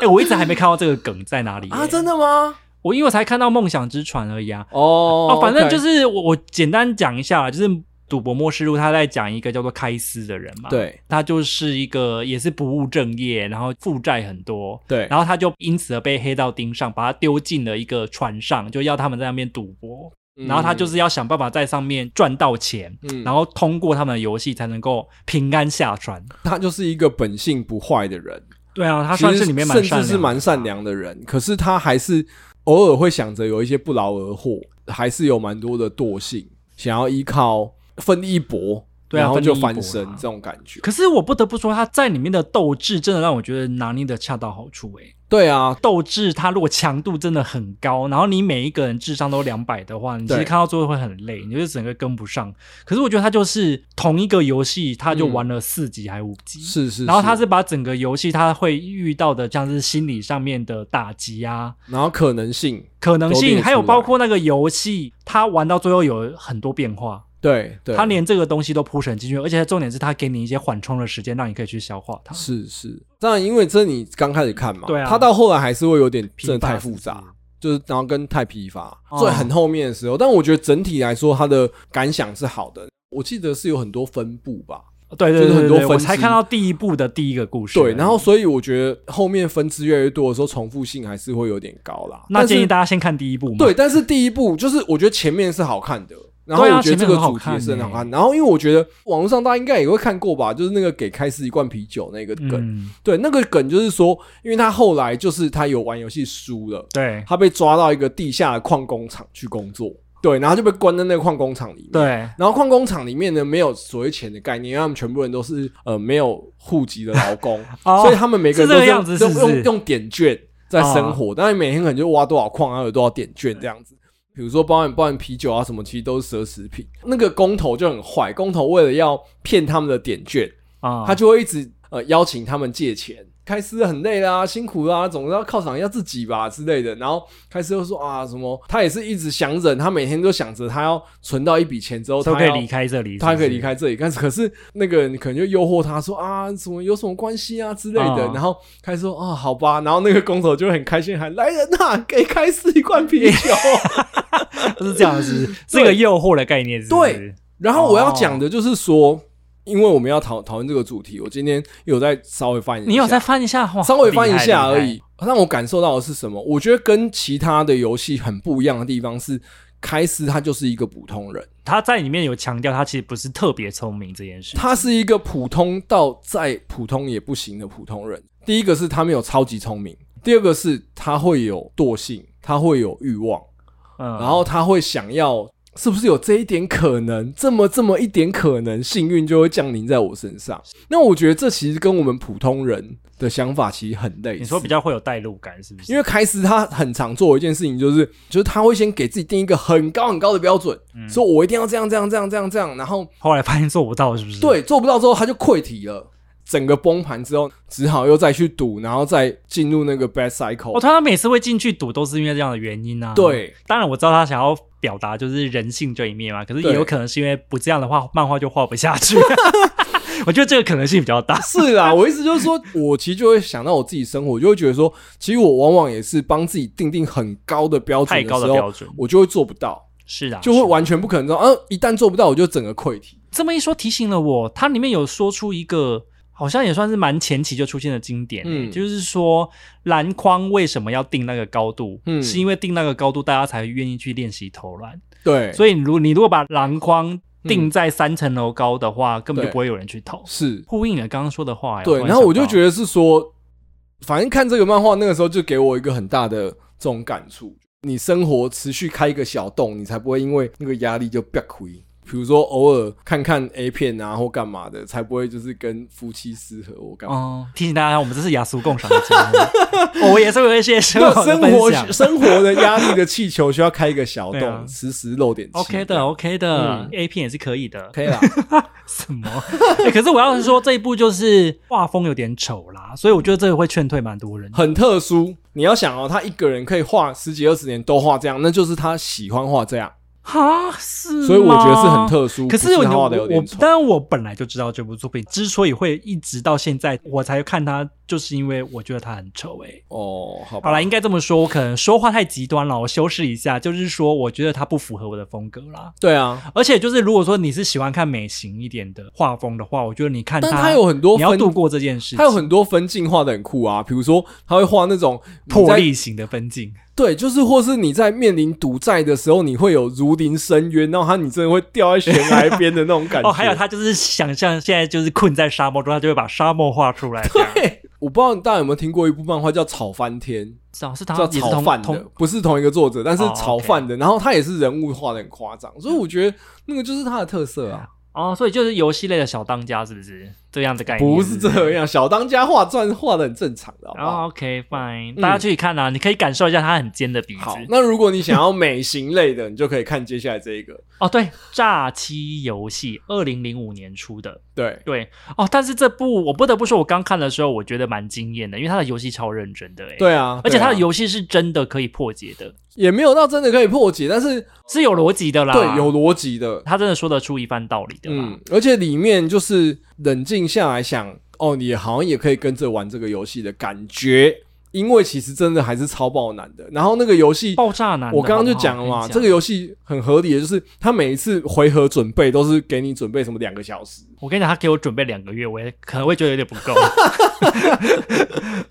Speaker 1: 哎、我一直还没看到这个梗在哪里、
Speaker 2: 啊！真
Speaker 1: 的，
Speaker 2: 的吗？
Speaker 1: 我因为我才看到《梦想之船》而已啊。
Speaker 2: 哦
Speaker 1: 哦，反正就是是我我简单讲一下啦，就是《赌博末世录》，他在讲一个叫做开司的人嘛，，
Speaker 2: 对
Speaker 1: 他就是一个也是不务正业，然后负债很多，
Speaker 2: 对，
Speaker 1: 然后他就因此而被黑道盯上，把他丢进了一个船上，就要他们在那边赌博，然后他就是要想办法在上面赚到钱。
Speaker 2: 嗯，
Speaker 1: 然后通过他们的游戏才能够平安下船。
Speaker 2: 他就是一个本性不坏的人，
Speaker 1: 对啊，他
Speaker 2: 其
Speaker 1: 算
Speaker 2: 实
Speaker 1: 是里面蛮
Speaker 2: 甚
Speaker 1: 善
Speaker 2: 至
Speaker 1: 良，
Speaker 2: 是蛮善。良的人，可是他还是偶尔会想着有一些不劳而获，还是有蛮多的惰性，想要依靠奋力一搏，
Speaker 1: 对啊
Speaker 2: 然后就
Speaker 1: 奋力一搏
Speaker 2: 翻
Speaker 1: 啊
Speaker 2: 身这种感觉。
Speaker 1: 可是我不得不说，他在里面的斗志真的让我觉得拿捏的恰到好处、欸。
Speaker 2: 对啊，
Speaker 1: 斗志，它如果强度真的很高，然后你每一个人智商都两百的话，你其实
Speaker 2: 对
Speaker 1: 看到最后会很累，你就整个跟不上。可是我觉得它就是同一个游戏，它就玩了四级还五级。
Speaker 2: 嗯是是
Speaker 1: 然后它是，把整个游戏它会遇到的，像是心理上面的打击啊、
Speaker 2: 然后可能性，
Speaker 1: 可能
Speaker 2: 都列出
Speaker 1: 性，
Speaker 2: 来
Speaker 1: 还有包括那个游戏，它玩到最后有很多变化，
Speaker 2: 对对，
Speaker 1: 它连这个东西都铺陈进去，而且重点是它给你一些缓冲的时间，让你可以去消化它。
Speaker 2: 是是，当然因为这你刚开始看嘛，
Speaker 1: 对啊
Speaker 2: 他到后来还是会有点真的
Speaker 1: 疲乏
Speaker 2: 太复杂。就是然后跟太疲乏，
Speaker 1: 哦
Speaker 2: 所以很后面的时候，但我觉得整体来说，他的感想是好的。我记得是有很多分布吧，
Speaker 1: 对对对
Speaker 2: 就是
Speaker 1: 对
Speaker 2: 很多
Speaker 1: 对，我
Speaker 2: 分支
Speaker 1: 才看到第一部的第一个故事而已。
Speaker 2: 对，然后所以我觉得后面分支越来越多的时候，重复性还是会有点高啦。
Speaker 1: 那
Speaker 2: 但是
Speaker 1: 建议大家先看第一部嘛。
Speaker 2: 对，但是第一部就是我觉得前面是好看的，然后
Speaker 1: 对啊
Speaker 2: 我觉得这个
Speaker 1: 前面很好
Speaker 2: 主
Speaker 1: 看
Speaker 2: 题也是很好看。
Speaker 1: 欸
Speaker 2: 然后因为我觉得网络上大家应该也会看过吧，就是那个给开司一罐啤酒那个梗，
Speaker 1: 嗯，
Speaker 2: 对，那个梗就是说，因为他后来就是他有玩游戏输了，
Speaker 1: 对
Speaker 2: 他被抓到一个地下的矿工厂去工作，对，然后就被关在那个矿工厂里面。
Speaker 1: 对，
Speaker 2: 然后矿工厂里面呢，没有所谓钱的概念，因为他们全部人都是呃没有户籍的劳工，
Speaker 1: 哦
Speaker 2: 所以他们每个人都
Speaker 1: 是这个样子
Speaker 2: 用
Speaker 1: 是不哦
Speaker 2: 用
Speaker 1: 是
Speaker 2: 用用点券在生活，但是每天可能就挖多少矿，然后有多少点券这样子。比如说包含包含啤酒啊什么，其实都是奢侈品。那个工头就很坏，工头为了要骗他们的点券，
Speaker 1: 啊，
Speaker 2: 他就会一直呃邀请他们借钱。开司很累啦，辛苦啦，总是要犒赏一下自己吧之类的。然后开司又说啊，什么他也是一直想忍，他每天都想着他要存到一笔钱之后，
Speaker 1: 都
Speaker 2: 他
Speaker 1: 可以
Speaker 2: 要
Speaker 1: 离开这里，
Speaker 2: 他可以
Speaker 1: 是不是
Speaker 2: 离。开这里，但是可是那个人可能就诱惑他说啊，什么有什么关系啊之类的，
Speaker 1: 啊
Speaker 2: 然后开始说啊，好吧，然后那个工头就会很开心喊来人呐、给开司一罐
Speaker 1: <laughs>
Speaker 2: 啤酒。
Speaker 1: 是这样
Speaker 2: <laughs>
Speaker 1: 子，这个诱惑的概念是不是
Speaker 2: 对，然后我
Speaker 1: 哦
Speaker 2: 要讲的就是说，因为我们要讨讨论这个主题，我今天有在稍微翻译一下，
Speaker 1: 你有再翻一下，哇
Speaker 2: 稍微翻一下而。
Speaker 1: 哦厉
Speaker 2: 已，让我感受到的是什么？我觉得跟其他的游戏很不一样的地方是，开司他就是一个普通人。
Speaker 1: 害他在里面有强调，他其实不是特别聪明这件事。
Speaker 2: 他是一个普通到再普通也不行的普通人。第一个是他没有超级聪明，第二个是他会有惰性，他会有欲望，
Speaker 1: 嗯，
Speaker 2: 然后他会想要，是不是有这一点可能，这么这么一点可能，幸运就会降临在我身上。那我觉得这其实跟我们普通人的想法其实很类似。
Speaker 1: 你说比较会有代入感，是不是？
Speaker 2: 因为开司他很常做一件事情，就是就是他会先给自己定一个很高很高的标准，说我一定要这样这样这样这样这样，然后
Speaker 1: 后来发现做不到，是不是？，
Speaker 2: 对，啊做不到之后他就溃体了，整个崩盘之后，只好又再去赌，然后再进
Speaker 1: 哦
Speaker 2: 入那个 bad cycle。
Speaker 1: 我通常每次会进去赌，都是因为这样的原因啊。
Speaker 2: 对，
Speaker 1: 当然我知道他想要表达就是人性这一面嘛。可是
Speaker 2: 对
Speaker 1: 也有可能是因为不这样的话，漫画就画不下
Speaker 2: <laughs>
Speaker 1: 去。我觉得这个可能性比较大。
Speaker 2: 是啦，我意思就是说，我其实就会想到我自己生活，我就会觉得说，其实我往往也是帮自己定定很高的标准
Speaker 1: 太
Speaker 2: 的
Speaker 1: 高的
Speaker 2: 时候
Speaker 1: 标准
Speaker 2: 我就会做不到，
Speaker 1: 是啊，
Speaker 2: 就会完全不可能做。嗯、一旦做不到，我就整个溃体。
Speaker 1: 这么一说提醒了我，它里面有说出一个好像也算是蛮前期就出现的经典、
Speaker 2: 嗯
Speaker 1: 就是说篮筐为什么要定那个高度？
Speaker 2: 嗯
Speaker 1: 是因为定那个高度，大家才愿意去练习投篮。
Speaker 2: 对，嗯
Speaker 1: 所以如你如果把篮筐定在三层楼高的话，根本就
Speaker 2: 对
Speaker 1: 不会有人去投。
Speaker 2: 是，
Speaker 1: 呼应了刚刚说的话、欸，
Speaker 2: 对。然后我就觉
Speaker 1: 得
Speaker 2: 得是说，反正看这个漫画那个时候就给我一个很大的这种感触。你生活持续开一个小洞，你才不会因为那个压力就憋亏。比如说偶尔看看 A 片啊或干嘛的，才不会就是跟夫妻失和我干嘛的。
Speaker 1: 嗯，提醒大家，我们这是雅俗共赏的节目，哦我也是有一些生
Speaker 2: 那 <laughs>
Speaker 1: 活的
Speaker 2: 生
Speaker 1: 分
Speaker 2: 活
Speaker 1: 享
Speaker 2: 生活的压力的气球需要开一个小
Speaker 1: 对啊
Speaker 2: 洞，时时漏点气。
Speaker 1: OK 啊的，OK 的、
Speaker 2: 嗯
Speaker 1: a 片也是可以的。
Speaker 2: 可以啦。
Speaker 1: 什么、 <laughs> 欸可是我要是说这一部就是画风有点丑啦，所以我觉得这个会劝退蛮多人。
Speaker 2: 很特殊。你要想哦，他一个人可以画十几二十年都画这样，那就是他喜欢画这样，
Speaker 1: 哈，是吗，
Speaker 2: 所以我觉得是很特殊。
Speaker 1: 嗯啊可
Speaker 2: 不是
Speaker 1: 我
Speaker 2: 他画的有
Speaker 1: 我
Speaker 2: 点丑，
Speaker 1: 当然我本来就知道这部作品，之所以会一直到现在我才看它，就是因为我觉得它很丑诶、欸
Speaker 2: 哦，好吧，
Speaker 1: 好啦，应该这么说，我可能说话太极端了，我修饰一下，就是说我觉得它不符合我的风格啦。
Speaker 2: 对啊，
Speaker 1: 而且就是如果说你是喜欢看美型一点的画风的话，我觉得你看
Speaker 2: 但
Speaker 1: 它
Speaker 2: 他有很多
Speaker 1: 你要
Speaker 2: 分，
Speaker 1: 度过这件事情，
Speaker 2: 他有很多分镜画的很酷啊，比如说他会画那种你
Speaker 1: 魄
Speaker 2: 在
Speaker 1: 力型的分镜。
Speaker 2: 对，就是或是你在面临赌债的时候，你会有如临深渊，然后他你真的会掉在悬崖边的那种感
Speaker 1: <laughs>
Speaker 2: 觉。
Speaker 1: 哦，还有他就是想象现在就是困在沙漠中，他就会把沙漠画出来。对，
Speaker 2: <laughs> 对，啊我不知道大家有没有听过一部漫画叫《炒翻天》。
Speaker 1: 早是他
Speaker 2: 叫
Speaker 1: 也是
Speaker 2: 炒
Speaker 1: 同
Speaker 2: 饭
Speaker 1: 同
Speaker 2: 的，不是同一个作者，但是
Speaker 1: 啊哦
Speaker 2: 炒饭的，然后他也是人物画的很夸张，所以我觉得那个就是他的特色啊，
Speaker 1: 哦，所以就是游戏类的小当家是不哎是这样的概念？
Speaker 2: 不是这样，小当家画传画的很正常的，好不
Speaker 1: 然后
Speaker 2: 好？
Speaker 1: OK fine，、
Speaker 2: 嗯
Speaker 1: 哦大家去看啊，你可以感受一下他很尖的鼻子
Speaker 2: 好，。那如果你
Speaker 1: <laughs>
Speaker 2: 想要美型类的，你就可以看接下来这一个，
Speaker 1: 哦，对，诈欺游戏，二零零五年出的。
Speaker 2: 对，
Speaker 1: 对，哦，但是这部我不得不说，我刚看的时候我觉得蛮惊艳的，因为他的游戏超认真的、欸，、
Speaker 2: 对啊，
Speaker 1: 而且他的
Speaker 2: 对啊
Speaker 1: 游戏是真的可以破解的，
Speaker 2: 也没有到真的可以破解，但是
Speaker 1: 是有逻辑的啦，
Speaker 2: 对有，逻辑的，
Speaker 1: 他真的说得出一番道理的啦。
Speaker 2: 嗯，而且里面就是冷静下来想，哦，你好像也可以跟着玩这个游戏的感觉。因为其实真的还是超爆难的，然后那个游戏
Speaker 1: 爆炸男的好不好，
Speaker 2: 我刚刚就讲了嘛，
Speaker 1: 跟你
Speaker 2: 这个游戏很合理的，就是他每一次回合准备都是给你准备什么两个小时，
Speaker 1: 我跟你讲，他给我准备两个月，我也可能会觉得有点不
Speaker 2: <laughs>
Speaker 1: 够。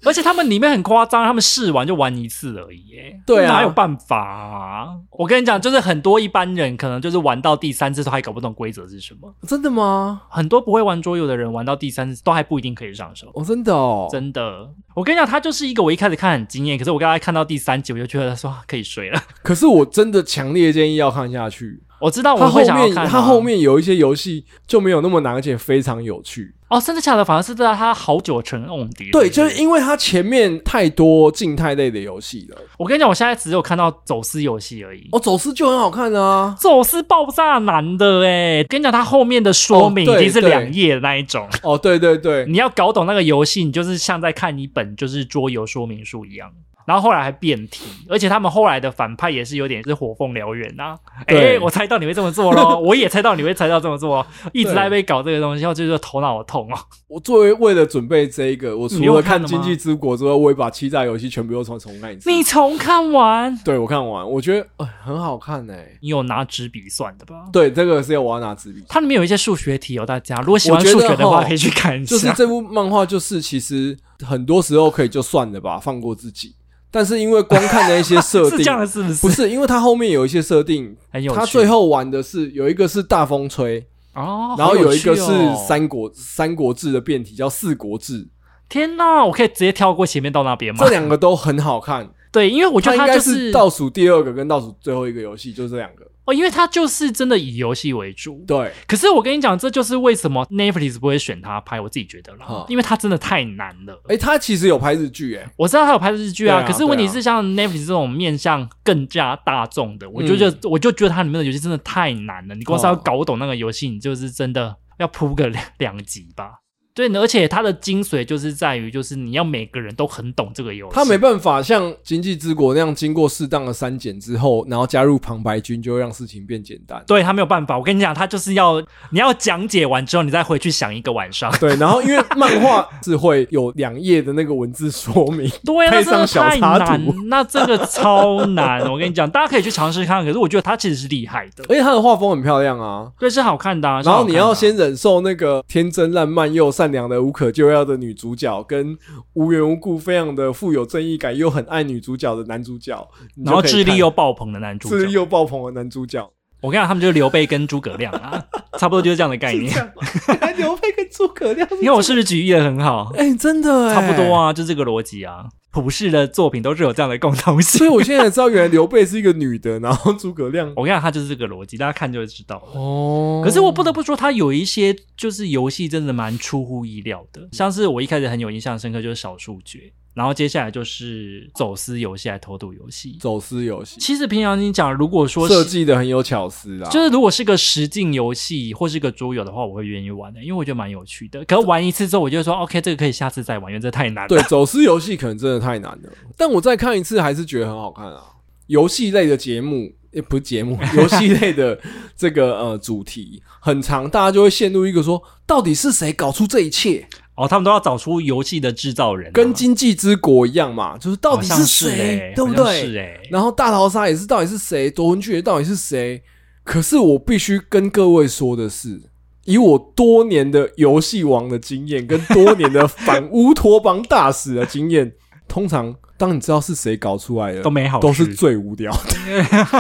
Speaker 1: 而且他们里面很夸张，他们试玩就玩一次而已耶，
Speaker 2: 对啊
Speaker 1: 哪有办法、啊？我跟你讲，就是很多一般人可能就是玩到第三次都还搞不懂规则是什么，
Speaker 2: 真的吗？
Speaker 1: 很多不会玩桌游的人玩到第三次都还不一定可以上手。
Speaker 2: 哦，真的哦，
Speaker 1: 真的，我跟你讲，他就是一个我一开始看很惊艳，可是我刚才看到第三集，我就觉得说啊可以睡
Speaker 2: <laughs>
Speaker 1: 了。
Speaker 2: 可是我真的强烈建议要看下去。
Speaker 1: 我知道
Speaker 2: 它
Speaker 1: 我
Speaker 2: 后
Speaker 1: 会想要
Speaker 2: 面
Speaker 1: 看啊、
Speaker 2: 它后面有一些游戏就没有那么难，而且非常有趣。
Speaker 1: 哦，真的假的？反而是对他好久成瓮底。
Speaker 2: 对，
Speaker 1: 不
Speaker 2: 就是因为它前面太多静态类的游戏了。
Speaker 1: 我跟你讲，我现在只有看到走私游戏而已。
Speaker 2: 哦，走私就很好看啊。
Speaker 1: 走私爆炸男的哎、跟你讲，他后面的说明
Speaker 2: 哦
Speaker 1: 已
Speaker 2: 对
Speaker 1: 经是两页的那一种。
Speaker 2: 哦，对对对，
Speaker 1: 你要搞懂那个游戏，你就是像在看一本就是桌游说明书一样。然后后来还变体，而且他们后来的反派也是有点是火凤燎原呐、啊。哎、
Speaker 2: 对
Speaker 1: 我猜到你会这么做
Speaker 2: <laughs>
Speaker 1: 咯，我也猜到你会猜到这么做，一直在被搞这个东西，我就觉得头脑好痛哦。
Speaker 2: 我作为为了准备这一个，我除
Speaker 1: 你又
Speaker 2: 了
Speaker 1: 看
Speaker 2: 看
Speaker 1: 了
Speaker 2: 《
Speaker 1: 吗
Speaker 2: 经济之国》之外，我也把欺诈游戏全部又重重看一次。
Speaker 1: 你重看完，
Speaker 2: 对我看完，我觉得、哎很好看哎、
Speaker 1: 你有拿纸笔算的吧？
Speaker 2: 对，这个是要我要拿纸笔。
Speaker 1: 它里面有一些数学题哦，大家如果喜欢
Speaker 2: 我觉得
Speaker 1: 数学的话，
Speaker 2: 吼
Speaker 1: 可以去看一下。
Speaker 2: 就是这部漫画，就是其实很多时候可以就算了吧，放过自己。但是因为光看那一些设
Speaker 1: <laughs> 是这样
Speaker 2: 定，
Speaker 1: 的，是不是？
Speaker 2: 不是因为它后面有一些设定，
Speaker 1: 很有趣。
Speaker 2: 它最后玩的是有一个是大风吹，
Speaker 1: 哦，
Speaker 2: 然后
Speaker 1: 好有
Speaker 2: 有一个
Speaker 1: 趣
Speaker 2: 是
Speaker 1: 哦
Speaker 2: 三国三国志的变体叫四国志，
Speaker 1: 天哪，我可以直接跳过前面到那边吗
Speaker 2: 这？两个都很好看。
Speaker 1: 对，因为嗯我觉得
Speaker 2: 它
Speaker 1: 它
Speaker 2: 应该
Speaker 1: 就是是
Speaker 2: 倒数第二个跟倒数最后一个游戏，就这两个。
Speaker 1: 哦，因为它就是真的以游戏为主。
Speaker 2: 对，
Speaker 1: 可是我跟你讲，这就是为什么 Netflix 不会选它拍，我自己觉得啦
Speaker 2: 哈，
Speaker 1: 因为它真的太难了。
Speaker 2: 哎，它其实有拍日剧，哎，
Speaker 1: 我知道它有拍日剧
Speaker 2: 对啊嗯
Speaker 1: 可是问题
Speaker 2: 对
Speaker 1: 是像 Netflix 这种面向更加大众的，我就觉得我就觉得它里面的游戏真的太难了。你光是要
Speaker 2: 哦
Speaker 1: 搞懂那个游戏，你就是真的要铺个两两集吧。对，而且它的精髓就是在于，就是你要每个人都很懂这个游戏。
Speaker 2: 他没办法像《经济之国》那样，经过适当的删减之后，然后加入旁白君，就会让事情变简单。
Speaker 1: 对他没有办法，我跟你讲，他就是要你要讲解完之后，你再回去想一个晚上。
Speaker 2: 对，然后因为漫画是会有两页的那个文字说
Speaker 1: <laughs>
Speaker 2: 明，
Speaker 1: <laughs> 对啊，那真
Speaker 2: 配上
Speaker 1: 的
Speaker 2: 小
Speaker 1: 太
Speaker 2: 插
Speaker 1: 难
Speaker 2: 图，，
Speaker 1: 那这个超难。我跟你讲，大家可以去尝试看，可是我觉得它其实是厉害的，
Speaker 2: 而且他的画风很漂亮啊。
Speaker 1: 对，是好看的、啊。是
Speaker 2: 然后
Speaker 1: 好
Speaker 2: 你
Speaker 1: 看的
Speaker 2: 要
Speaker 1: 啊
Speaker 2: 先忍受那个天真烂漫又善良的无可救药的女主角，跟无缘无故非常的富有正义感又很爱女主角的男主角，你就
Speaker 1: 然后
Speaker 2: 可以
Speaker 1: 智力
Speaker 2: 看
Speaker 1: 又爆棚的男主
Speaker 2: 智力
Speaker 1: 角，
Speaker 2: 又爆棚的男主角。
Speaker 1: 我跟你讲，他们就是刘备跟诸葛亮 <laughs> 啊，差不多就是这样的概念。
Speaker 2: <laughs> 还刘备跟诸葛亮是，
Speaker 1: 你看我是不是举例的很好？
Speaker 2: 哎、真的、哎
Speaker 1: 差不多。啊，就这个逻辑啊。普世的作品都是有这样的共同
Speaker 2: 所
Speaker 1: 性。
Speaker 2: 以我现在才知道，原来刘备是一个女的，然后诸
Speaker 1: <laughs>
Speaker 2: 葛亮
Speaker 1: 我跟你讲，它就是这个逻辑，大家看就会知道了。
Speaker 2: 哦
Speaker 1: 可是我不得不说，它有一些就是游戏真的蛮出乎意料的，像是我一开始很有印象深刻就是少数决，然后接下来就是走私游戏、还偷渡游戏。
Speaker 2: 走私游戏
Speaker 1: 其实平常你讲，如果说
Speaker 2: 设
Speaker 1: 是
Speaker 2: 计的很有巧思啊，
Speaker 1: 就是如果是个实境游戏或是个桌游的话，我会愿意玩的、因为我觉得蛮有趣的。可是玩一次之后，我就会说 OK，这个可以下次再玩，因为这太 <laughs> 难了。
Speaker 2: 对走私游戏可能真的太难了。但我再看一次还是觉得很好看啊。游戏类的节目，也不是
Speaker 1: <laughs>
Speaker 2: 节目，游戏类的这个呃主题很长，大家就会陷入一个说，到底是谁搞出这一切？
Speaker 1: 哦，他们都要找出游戏的制造人啊、
Speaker 2: 跟《经济之国》一样嘛，就是到
Speaker 1: 好
Speaker 2: 底
Speaker 1: 像是
Speaker 2: 谁，
Speaker 1: 欸
Speaker 2: 对不
Speaker 1: 好像
Speaker 2: 对？
Speaker 1: 是哎、
Speaker 2: 然后大逃杀也是到底是谁，夺魂锯也到底是谁？可是我必须跟各位说的是，以我多年的游戏王的经验，跟多年的反乌托邦大使的经验， <laughs> 通常当你知道是谁搞出来的，
Speaker 1: 都没好
Speaker 2: 都是
Speaker 1: 事
Speaker 2: 最无聊
Speaker 1: <laughs>
Speaker 2: 的。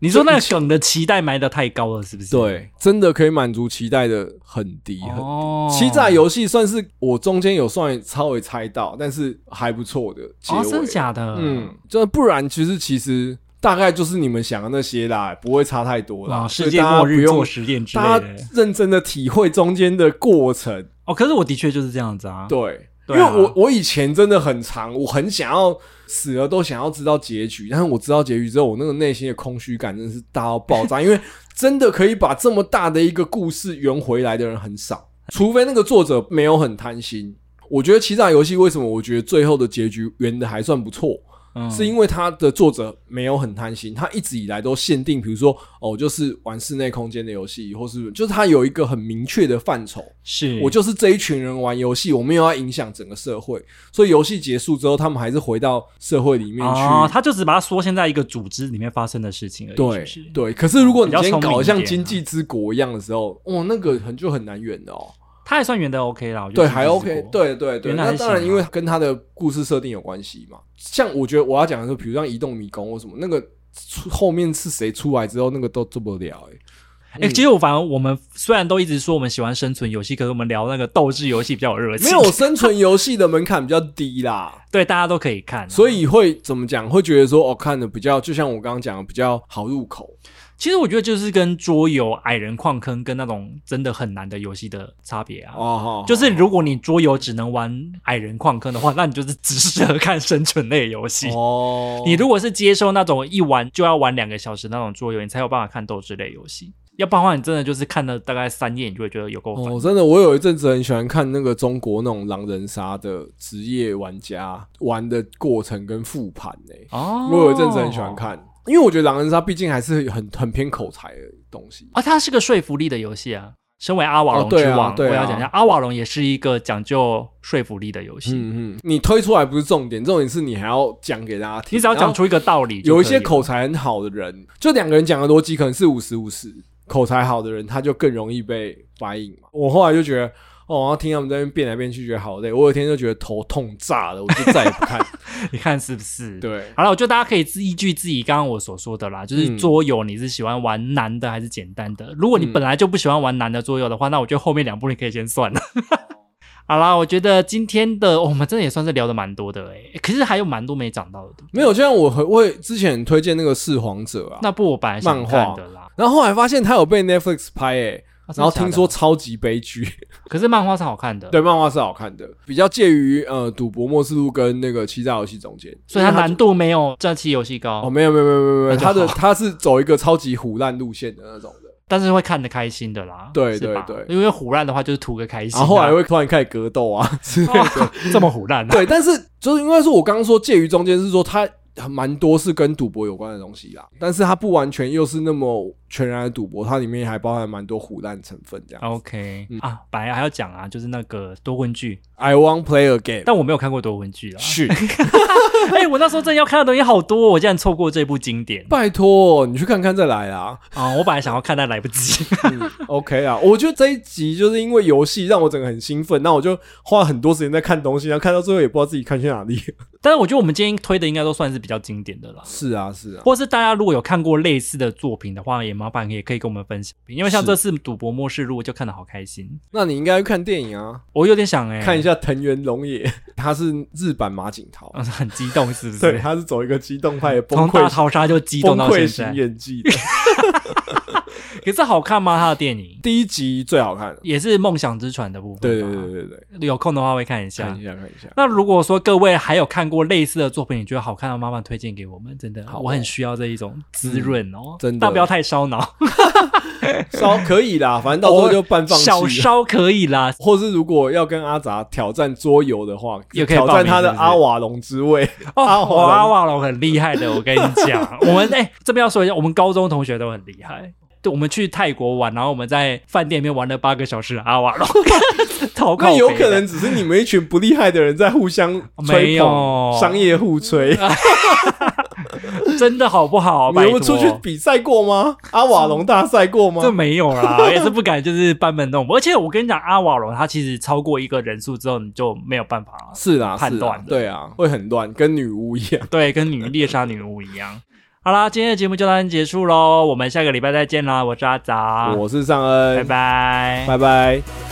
Speaker 1: 你说那个梗的期待埋得太高了，是不是？，
Speaker 2: 对，真的可以满足期待的很低。很
Speaker 1: 哦，
Speaker 2: 欺诈游戏算是我中间有算稍微猜到，但是还不错的结尾。
Speaker 1: 哦，真的假的？
Speaker 2: 嗯，，这不然其实其实大概就是你们想的那些啦，不会差太多啦。
Speaker 1: 哇，哦
Speaker 2: 所
Speaker 1: 世
Speaker 2: 以
Speaker 1: 界
Speaker 2: 大家
Speaker 1: 末
Speaker 2: 不
Speaker 1: 日
Speaker 2: 用
Speaker 1: 做实验之
Speaker 2: 大
Speaker 1: 类
Speaker 2: 家
Speaker 1: 的。
Speaker 2: 认真的体会中间的过程，
Speaker 1: 哦，可是我的确就是这样子啊。，
Speaker 2: 对。因
Speaker 1: 对
Speaker 2: 为
Speaker 1: 啊
Speaker 2: 我我以前真的很长，我很想要死了都想要知道结局，但是我知道结局之后，我那个内心的空虚感真的是大到
Speaker 1: <laughs>
Speaker 2: 爆炸，因为真的可以把这么大的一个故事圆回来的人很少，除非那个作者没有很贪心。我觉得《欺诈游戏》为什么我觉得最后的结局圆的还算不错，
Speaker 1: 嗯
Speaker 2: 是因为他的作者没有很贪心，他一直以来都限定，比如说哦，就是玩室内空间的游戏，或是就是他有一个很明确的范畴，
Speaker 1: 是，
Speaker 2: 我就是这一群人玩游戏，我没有要影响整个社会，所以游戏结束之后，他们还是回到社会里面去。
Speaker 1: 哦，他就只把它缩现在一个组织里面发生的事情而已。
Speaker 2: 对
Speaker 1: 是不是，
Speaker 2: 对，可是如果你
Speaker 1: 比较
Speaker 2: 今天
Speaker 1: 聪明
Speaker 2: 搞得
Speaker 1: 一
Speaker 2: 像
Speaker 1: 点啊
Speaker 2: 经济之国一样的时候，哇，那个很就很难圆的哦。
Speaker 1: 他还算圆的 OK 啦，我觉得
Speaker 2: 对，还
Speaker 1: 经济之
Speaker 2: OK，
Speaker 1: 国。
Speaker 2: 对对对。
Speaker 1: 原来
Speaker 2: 那
Speaker 1: 是
Speaker 2: 当然，
Speaker 1: 这
Speaker 2: 因
Speaker 1: 样
Speaker 2: 为跟他的故事设定有关系嘛。像我觉得我要讲的是，比如像移动迷宫或什么，那个出后面是谁出来之后，那个都做不了、欸。
Speaker 1: 哎、其实我反而我们虽然都一直说我们喜欢生存游戏，可是我们聊那个斗智游戏比较有热情。
Speaker 2: <laughs> 没有生存游戏的门槛比较低啦，
Speaker 1: <laughs> 对，大家都可以看啊、
Speaker 2: 所以会怎么讲？会觉得说哦，看的比较，就像我刚刚讲的，比较好入口。
Speaker 1: 其实我觉得就是跟桌游、矮人矿坑跟那种真的很难的游戏的差别啊。
Speaker 2: 哦，
Speaker 1: 就是如果你桌游只能玩矮人矿坑的话，那你就是只适合看生存类游戏。
Speaker 2: 哦，
Speaker 1: 你如果是接受那种一玩就要玩两个小时那种桌游，你才有办法看斗智类游戏。要不然的话，你真的就是看了大概三页，你就会觉得有够烦。
Speaker 2: 哦，真的，我有一阵子很喜欢看那个中国那种狼人杀的职业玩家玩的过程跟复盘欸呢、
Speaker 1: 哦，
Speaker 2: 我有一阵子很喜欢看，因为我觉得狼人杀毕竟还是很很偏口才的东西。
Speaker 1: 啊，它是个说服力的游戏啊。身为阿瓦
Speaker 2: 哦
Speaker 1: 隆
Speaker 2: 对
Speaker 1: 之
Speaker 2: 啊
Speaker 1: 王，
Speaker 2: 对啊
Speaker 1: 我要讲一下，阿瓦隆也是一个讲究说服力的游戏。
Speaker 2: 嗯嗯，你推出来不是重点，重点是你还要讲给大家听。
Speaker 1: 你只要讲
Speaker 2: 然后
Speaker 1: 出一个道理，
Speaker 2: 有一些。口才很好的人，就两个人讲的逻辑可能是五十五十，口才好的人他就更容易被反应嘛。我后来就觉得。哦，然后听他们在那边变来变去，觉得好累。我有一天就觉得头痛炸了，我就再
Speaker 1: <laughs>
Speaker 2: 也不看。
Speaker 1: 你看是不是？
Speaker 2: 对，
Speaker 1: 好了，我觉得大家可以自依据自己刚刚我所说的啦，就是
Speaker 2: 嗯
Speaker 1: 桌游你是喜欢玩难的还是简单的？如果你
Speaker 2: 嗯
Speaker 1: 本来就不喜欢玩难的桌游的话，那我觉得后面两步你可以先算了。 <laughs> 好啦，我觉得今天的、哦我们真的也算是聊的蛮多的诶、可是还有蛮多没讲到的。
Speaker 2: 没有，就像我很会之前很推荐那个《四皇者》啊，
Speaker 1: 那部我本来想
Speaker 2: 漫
Speaker 1: 看
Speaker 2: 画
Speaker 1: 的啦，
Speaker 2: 然后后来发现他有被 Netflix 拍诶、
Speaker 1: 啊
Speaker 2: 然后
Speaker 1: 真的假
Speaker 2: 听
Speaker 1: 的
Speaker 2: 说超级悲剧。
Speaker 1: 可是漫画是好看的，
Speaker 2: 对，，漫画是好看的，比较介于呃赌博末世录跟那个欺诈游戏中间，
Speaker 1: 所以它
Speaker 2: 因为
Speaker 1: 难度没有这期游戏
Speaker 2: 就哦
Speaker 1: 高。
Speaker 2: 没有没有没有没有没有，
Speaker 1: 那就
Speaker 2: 它的
Speaker 1: 好
Speaker 2: 它是走一个超级虎烂路线的那种的，
Speaker 1: 但是会看得开心的啦。
Speaker 2: 对
Speaker 1: 是吧
Speaker 2: 对对
Speaker 1: 因为胡乱的话就是图个开心、
Speaker 2: 然后
Speaker 1: <laughs>
Speaker 2: 后来会突然开始格斗啊之类的。
Speaker 1: 哇这么胡乱、啊，
Speaker 2: 对，但是就是因为是我刚刚说介于中间，是说它蛮多是跟赌博有关的东西啦，但是它不完全又是那么全然的赌博，它里面还包含蛮多虎烂成分
Speaker 1: 哦
Speaker 2: 这样。
Speaker 1: OK、啊，
Speaker 2: 嗯
Speaker 1: 本来还要讲啊，就是那个多魂剧，
Speaker 2: I want play a
Speaker 1: <laughs>
Speaker 2: game，
Speaker 1: 但我没有看过多魂剧啊。 <laughs>
Speaker 2: 是
Speaker 1: 哎、我那时候真的要看的东西好多，我竟然错过这部经典
Speaker 2: 拜托你去看看再来啦。
Speaker 1: 啊、我本来想要看，但来不及。 <laughs>
Speaker 2: 嗯 OK 啊，我觉得这一集就是因为游戏让我整个很兴奋，那我就花很多时间在看东西，然后看到最后也不知道自己看去哪里。 <laughs>
Speaker 1: 但是我觉得我们今天推的应该都算是比较经典的啦。
Speaker 2: 是啊，是啊，
Speaker 1: 或是大家如果有看过类似的作品的话，也麻烦也可以跟我们分享，因为像
Speaker 2: 是
Speaker 1: 这次《赌博末世录》就看得好开心，
Speaker 2: 那你应该去看电影啊，
Speaker 1: 我有点想哎、
Speaker 2: 看一下藤原龙也， <laughs> 他是日版马景涛，
Speaker 1: 啊，很激动是不
Speaker 2: <laughs> 对，
Speaker 1: 是？
Speaker 2: 他是走一个激动派的崩
Speaker 1: 从大
Speaker 2: 溃型
Speaker 1: 逃杀就激动
Speaker 2: 崩
Speaker 1: 到
Speaker 2: 溃
Speaker 1: 现
Speaker 2: 型
Speaker 1: 在，
Speaker 2: 演技的。 <laughs>
Speaker 1: 可是好看吗？他的电影
Speaker 2: 第一集最好看，
Speaker 1: 也是梦想之船的部分，
Speaker 2: 对对对，对对，啊
Speaker 1: 有空的话会看一下
Speaker 2: 看一。下看一 <laughs> 下。
Speaker 1: 那如果说各位还有看过类似的作品，你觉得好看的，麻烦推荐给我们，真的，
Speaker 2: 好哦嗯
Speaker 1: 我很需要这一种滋润哦，
Speaker 2: 真的
Speaker 1: 但不要太烧脑，
Speaker 2: 烧可以啦，反正到时候就半放
Speaker 1: 哦小
Speaker 2: 弃了。
Speaker 1: 烧可以
Speaker 2: <laughs>
Speaker 1: 啦。
Speaker 2: 或是如果要跟阿杂挑战桌游的话，
Speaker 1: 也可以报
Speaker 2: 挑
Speaker 1: 名
Speaker 2: 战他的
Speaker 1: 是不是
Speaker 2: 阿瓦隆之位。
Speaker 1: 哦，
Speaker 2: 阿华
Speaker 1: 我
Speaker 2: 龙
Speaker 1: 阿瓦龙很厉害的，我跟你
Speaker 2: <laughs>
Speaker 1: 讲，我们哎、这边要说一下，我们高中同学都很厉害。对，我们去泰国玩，然后我们在饭店里面玩了八个小时的阿瓦隆， <laughs> 头
Speaker 2: 那
Speaker 1: 靠
Speaker 2: 有
Speaker 1: 北
Speaker 2: 可
Speaker 1: 的
Speaker 2: 能只是你们一群不厉害的人在互相
Speaker 1: <laughs> 没
Speaker 2: 吹
Speaker 1: 有
Speaker 2: 捧，商业
Speaker 1: <laughs>
Speaker 2: 互吹。
Speaker 1: 真的好不好？
Speaker 2: 你
Speaker 1: 拜托
Speaker 2: 们出去比赛过
Speaker 1: <laughs>
Speaker 2: 吗？阿瓦隆大赛过吗？
Speaker 1: 这没有啦， <laughs> 也是不敢就是班门弄斧。而且我跟你讲，阿瓦隆他其实超过一个人数之后，你就没有办法了。
Speaker 2: 是啦，
Speaker 1: 判
Speaker 2: 是啦
Speaker 1: 断的
Speaker 2: 对啊，会很乱，跟女巫一样。
Speaker 1: 对，跟女猎杀女巫一样。好啦，今天的节目就到这边结束喽，我们下个礼拜再见啦！我是阿杂，
Speaker 2: 我是尚
Speaker 1: 拜
Speaker 2: 恩，
Speaker 1: 拜。
Speaker 2: 拜拜。